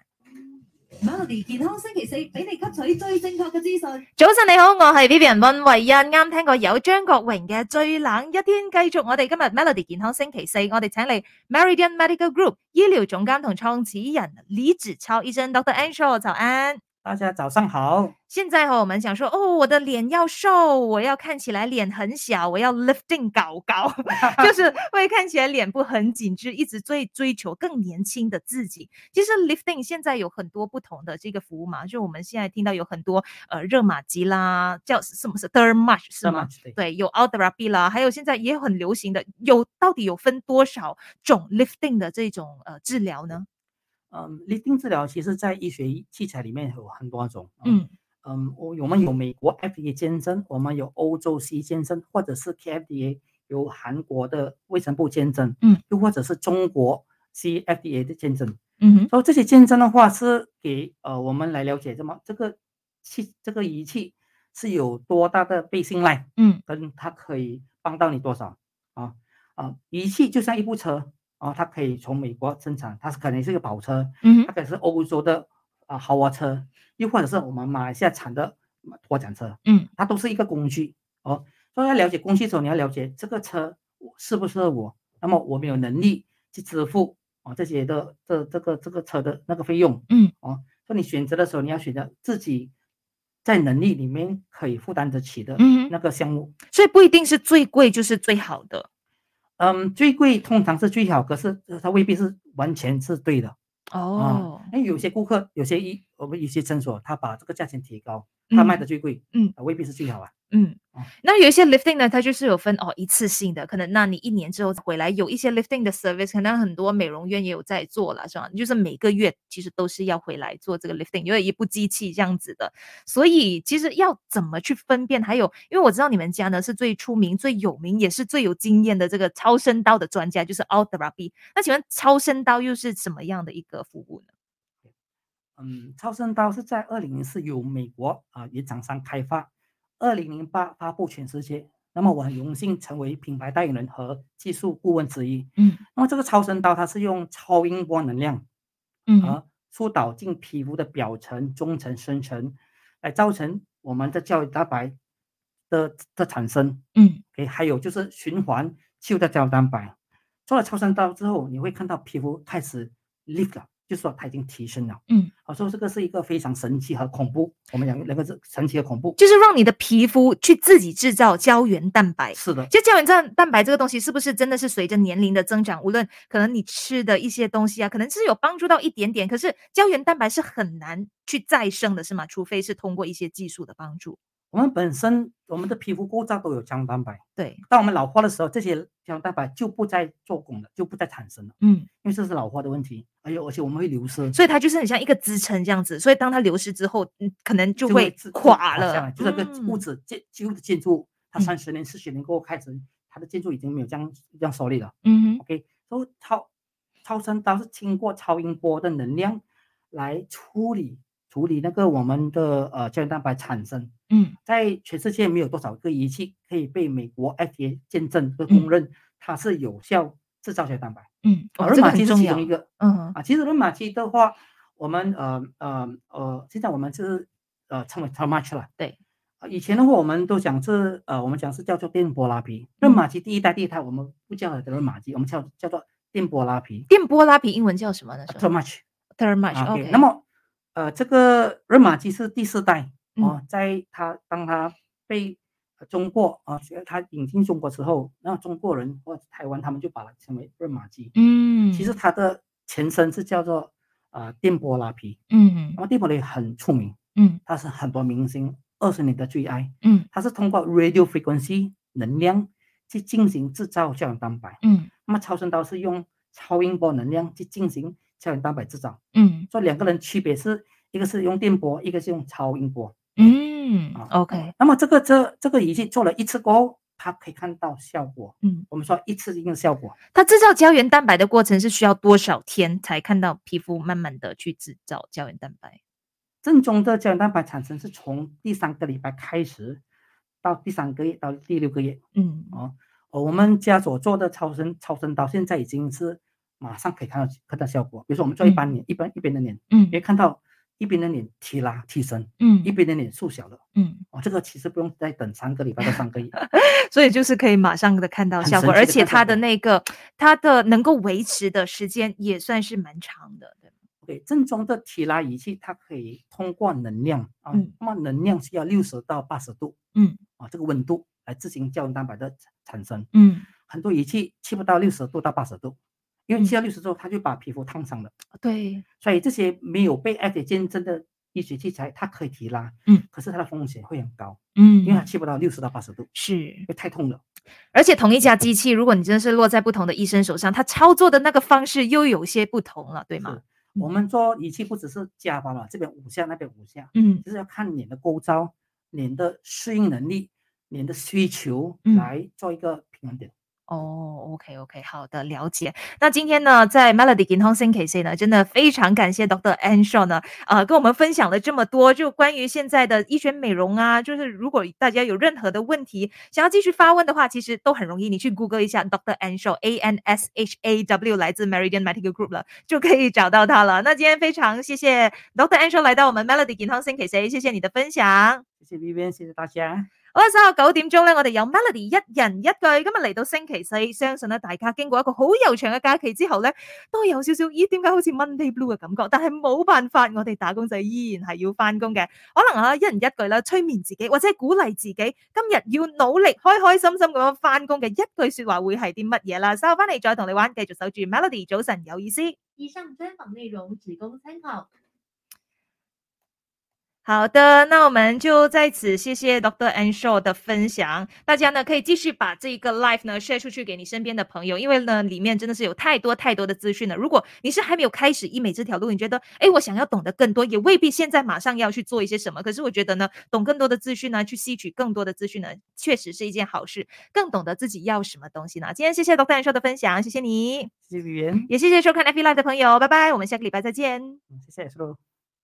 S4: Melody 健康星期四俾你吸取最正確嘅資訊。
S1: 早晨你好，我系 Vivian 温慧欣，啱聽過有張國榮嘅《最冷一天》，繼續我哋今日 Melody 健康星期四，我哋請嚟 Meridian Medical Group 醫療總監同創始人李子超醫生 Dr. Anshaw，早安。
S2: 大家早上好，
S1: 现在哈、我们想说，哦，我的脸要瘦，我要看起来脸很小，我要 lifting 搞搞， 就是会看起来脸部很紧致，一直追追求更年轻的自己。其实 lifting 现在有很多不同的这个服务嘛，就我们现在听到有很多呃热玛吉啦，叫什么是 dermash 是
S2: 那
S1: 吗
S2: 么？对，
S1: 对，有 o u t r a b i 啦，还有现在也很流行的，有到底有分多少种 lifting 的这种呃治疗呢？
S2: 嗯，lifting 治疗其实在医学器材里面有很多种，
S1: 嗯
S2: 嗯，我我们有美国 FDA 监证，我们有欧洲 C 监证，或者是 KFDA 由韩国的卫生部监证，
S1: 嗯，
S2: 又或者是中国 CFDA 的监证。
S1: 嗯哼，
S2: 所以这些监证的话是给呃我们来了解这么这个器这个仪器是有多大的被信赖，
S1: 嗯
S2: 跟它可以帮到你多少啊啊！仪器就像一部车啊，它可以从美国生产，它是可能是一个跑车，
S1: 嗯
S2: 它
S1: 哼，
S2: 可能是欧洲的啊豪华车，又或者是我们马来西亚产的拖展车，
S1: 嗯，
S2: 它都是一个工具哦。所以要了解工具的时候，你要了解这个车适不适合我，那么我没有能力去支付哦这些的这这个这个车的那个费用，
S1: 嗯，
S2: 哦，所以你选择的时候，你要选择自己在能力里面可以负担得起的
S1: 嗯哼
S2: 那个项目。
S1: 所以不一定是最贵就是最好的。
S2: 嗯，最贵通常是最好，可是呃它未必是完全是对的。
S1: 哦，
S2: 因为哎有些顾客，有些医，我们有些诊所，他把这个价钱提高，他卖
S1: 嗯
S2: 的最贵，
S1: 嗯
S2: 啊，未必是最好啊。
S1: 嗯
S2: 哦，
S1: 那有一些 lifting 呢，它就是有分哦一次性的，可能那你一年之后回来有一些 lifting 的 service，可能很多美容院也有在做了，是吧？就是每个月其实都是要回来做这个 lifting，因为一部机器这样子的，所以其实要怎么去分辨？还有，因为我知道你们家呢是最出名、最有名，也是最有经验的这个超声刀的专家，就是 o u t r a b i 那请问超声刀又是什么样的一个服务呢？
S2: 嗯，超声刀是在二零零四由美国啊原厂商开发，二零零八发布全世界。那么我很荣幸成为品牌代言人和技术顾问之一。
S1: 嗯
S2: 那么这个超声刀它是用超音波能量
S1: 嗯
S2: 啊疏导进皮肤的表层、中层、深层，来造成我们的胶原蛋白的的产生。
S1: 嗯
S2: OK，还有就是循环旧的胶原蛋白。做了超声刀之后，你会看到皮肤开始 lift 了，就是说它已经提升了。
S1: 嗯，
S2: 好，所以这个是一个非常神奇和恐怖，我们两个两个字神奇和恐怖。
S1: 就是让你的皮肤去自己制造胶原蛋白。
S2: 是的，
S1: 其实胶原蛋蛋白这个东西，是不是真的是随着年龄的增长，无论可能你吃的一些东西啊，可能是有帮助到一点点，可是胶原蛋白是很难去再生的，是吗？除非是通过一些技术的帮助。
S2: 我们本身我们的皮肤构造都有胶原蛋白，
S1: 对，
S2: 当我们老化的时候，这些胶原蛋白就不再做工了，就不再产生了，
S1: 嗯，
S2: 因为这是老化的问题。哎呦，而且我们会流失，
S1: 所以它就是很像一个支撑这样子，所以当它流失之后，嗯，可能就
S2: 就
S1: 会
S2: 自
S1: 垮
S2: 下来
S1: 了，
S2: 就是个
S1: 嗯
S2: 物质建旧的建筑，它
S1: 嗯
S2: 三十年、四十年过后开始，它的建筑已经没有这样这样 solid 了。
S1: 嗯哼，
S2: OK，都超超声刀是经过超音波的能量来处理处理那个我们的呃胶原蛋白产生，
S1: 嗯
S2: 在全世界没有多少个仪器可以被美国 FDA 见证和
S1: 嗯
S2: 公认它是有效制造胶原蛋白，
S1: 嗯，
S2: 啊
S1: 哦，这
S2: 润
S1: 个
S2: 马
S1: 很
S2: 剂是
S1: 重
S2: 其
S1: 要
S2: 中一。个
S1: 嗯哼，
S2: 啊。其实润马剂的话，我们呃呃呃，现在我们就是呃称为 t o m a c h 了，
S1: 对
S2: 啊。以前的话，我们都讲是呃，我们讲是叫做电波拉皮。润
S1: 嗯
S2: 马剂第一代、第一代，我们不叫它润马剂，我们叫叫做电波拉皮。
S1: 电波拉皮英文叫什么呢
S2: too much
S1: t e r m a c
S2: 啊
S1: h o k
S2: 那么呃，这个热玛吉是第四代
S1: 嗯
S2: 哦，在它当它被呃中国啊，它引进中国之后，那中国人或者台湾他们就把它称为热玛吉。
S1: 嗯，
S2: 其实它的前身是叫做呃电波拉皮，
S1: 嗯
S2: 那么电波拉皮很出名，
S1: 嗯
S2: 它是很多明星二十年的最爱，
S1: 嗯
S2: 它是通过 radio frequency 能量去进行制造胶原蛋白，
S1: 嗯
S2: 那么超声刀是用超音波能量去进行胶原蛋白制造。
S1: 嗯
S2: 所以两个人区别是一个是用电波，一个是用超音波。
S1: 嗯
S2: 啊
S1: ，OK，
S2: 那么这个这这个仪器做了一次过后，它可以看到效果。
S1: 嗯。
S2: 我们说一次性的效果，
S1: 它制造胶原蛋白的过程是需要多少天才看到皮肤慢慢的去制造胶原蛋白？
S2: 正宗的胶原蛋白产生是从第三个礼拜开始，到第三个月到第六个月。
S1: 嗯，
S2: 哦，呃我们家所做的超声超声刀现在已经是马上可以看到看到效果。比如说我们做一般脸，一般一边的脸，
S1: 嗯
S2: 你会看到一边的脸提拉提升，
S1: 嗯
S2: 一边的脸缩小了。
S1: 嗯，
S2: 哦，这个其实不用再等三个礼拜 到三个月。
S1: 所以就是可以马上的看到
S2: 很
S1: 效果，
S2: 神奇
S1: 而
S2: 地
S1: 且
S2: 看
S1: 它
S2: 效
S1: 的
S2: 果
S1: 那个它的能够维持的时间也算是蛮长的，对吗
S2: OK，对，正宗的提拉仪器，它可以通过能量啊
S1: 嗯，
S2: 那么能量需要六十到八十度，
S1: 嗯，
S2: 啊，这个温度来自行胶原蛋白的产产生。
S1: 嗯，
S2: 很多仪器去不到六十度到八十度，因为
S1: 嗯
S2: 去到六十度，它就把皮肤烫伤了。
S1: 对，
S2: 所以这些没有被 FDA 见证的医学器材，它可以提拉，
S1: 嗯，
S2: 可是它的风险会很高，
S1: 嗯
S2: 因为它去不到六十到八十度，
S1: 是
S2: 因，为太痛了。
S1: 而且同一家机器，如果你真的是落在不同的医生手上，他操作的那个方式又有些不同了，对吗
S2: 是？
S1: 嗯
S2: 我们做仪器不只是加法了，这边五下，那边五下，
S1: 嗯
S2: 就是要看脸的构造、脸的适应能力、脸的需求
S1: 嗯
S2: 来做一个平衡点。
S1: 哦，OK OK，好的，了解。那今天呢，在 Melody 健康星期四呢，真的非常感谢 Dr. Anshaw 呢，呃，跟我们分享了这么多，就关于现在的医学美容啊，就是如果大家有任何的问题想要继续发问的话，其实都很容易，你去 Google 一下 Dr. Anshaw A N S H A W，来自 Meridian Medical Group 了，就可以找到他了。那今天非常谢谢 Dr. Anshaw 来到我们 Melody 健康星期四，谢谢你的分享。
S2: 谢谢 Vivian，谢谢大家。
S1: 好啦，稍後九點鐘咧，我哋有 Melody 一人一句。今日嚟到星期四，相信咧大家經過一個好悠長嘅假期之後咧，都有少少咦，點解好似 Monday Blue 嘅感覺？但係冇辦法，我哋打工仔依然係要翻工嘅。可能啊，一人一句啦，催眠自己或者係鼓勵自己，今日要努力，開開心心咁樣翻工嘅一句说話會係啲乜嘢啦？稍後翻嚟再同你玩，繼續守住 Melody 早晨有意思。
S4: 以上专访内容只供参考。
S1: 好的，那我们就在此谢谢 Dr. Anshaw 的分享。大家呢可以继续把这个 live 呢 share 出去给你身边的朋友，因为呢里面真的是有太多太多的资讯了。如果你是还没有开始医美这条路，你觉得诶我想要懂得更多，也未必现在马上要去做一些什么。可是我觉得呢，懂更多的资讯呢，去吸取更多的资讯呢，确实是一件好事，更懂得自己要什么东西呢。今天谢谢 Dr. Anshaw 的分享，谢谢你，
S2: 谢谢 Vivian，
S1: E 也谢谢收看 FB Live 的朋友，拜拜，我们下个礼拜再见。
S2: 嗯谢谢 s l o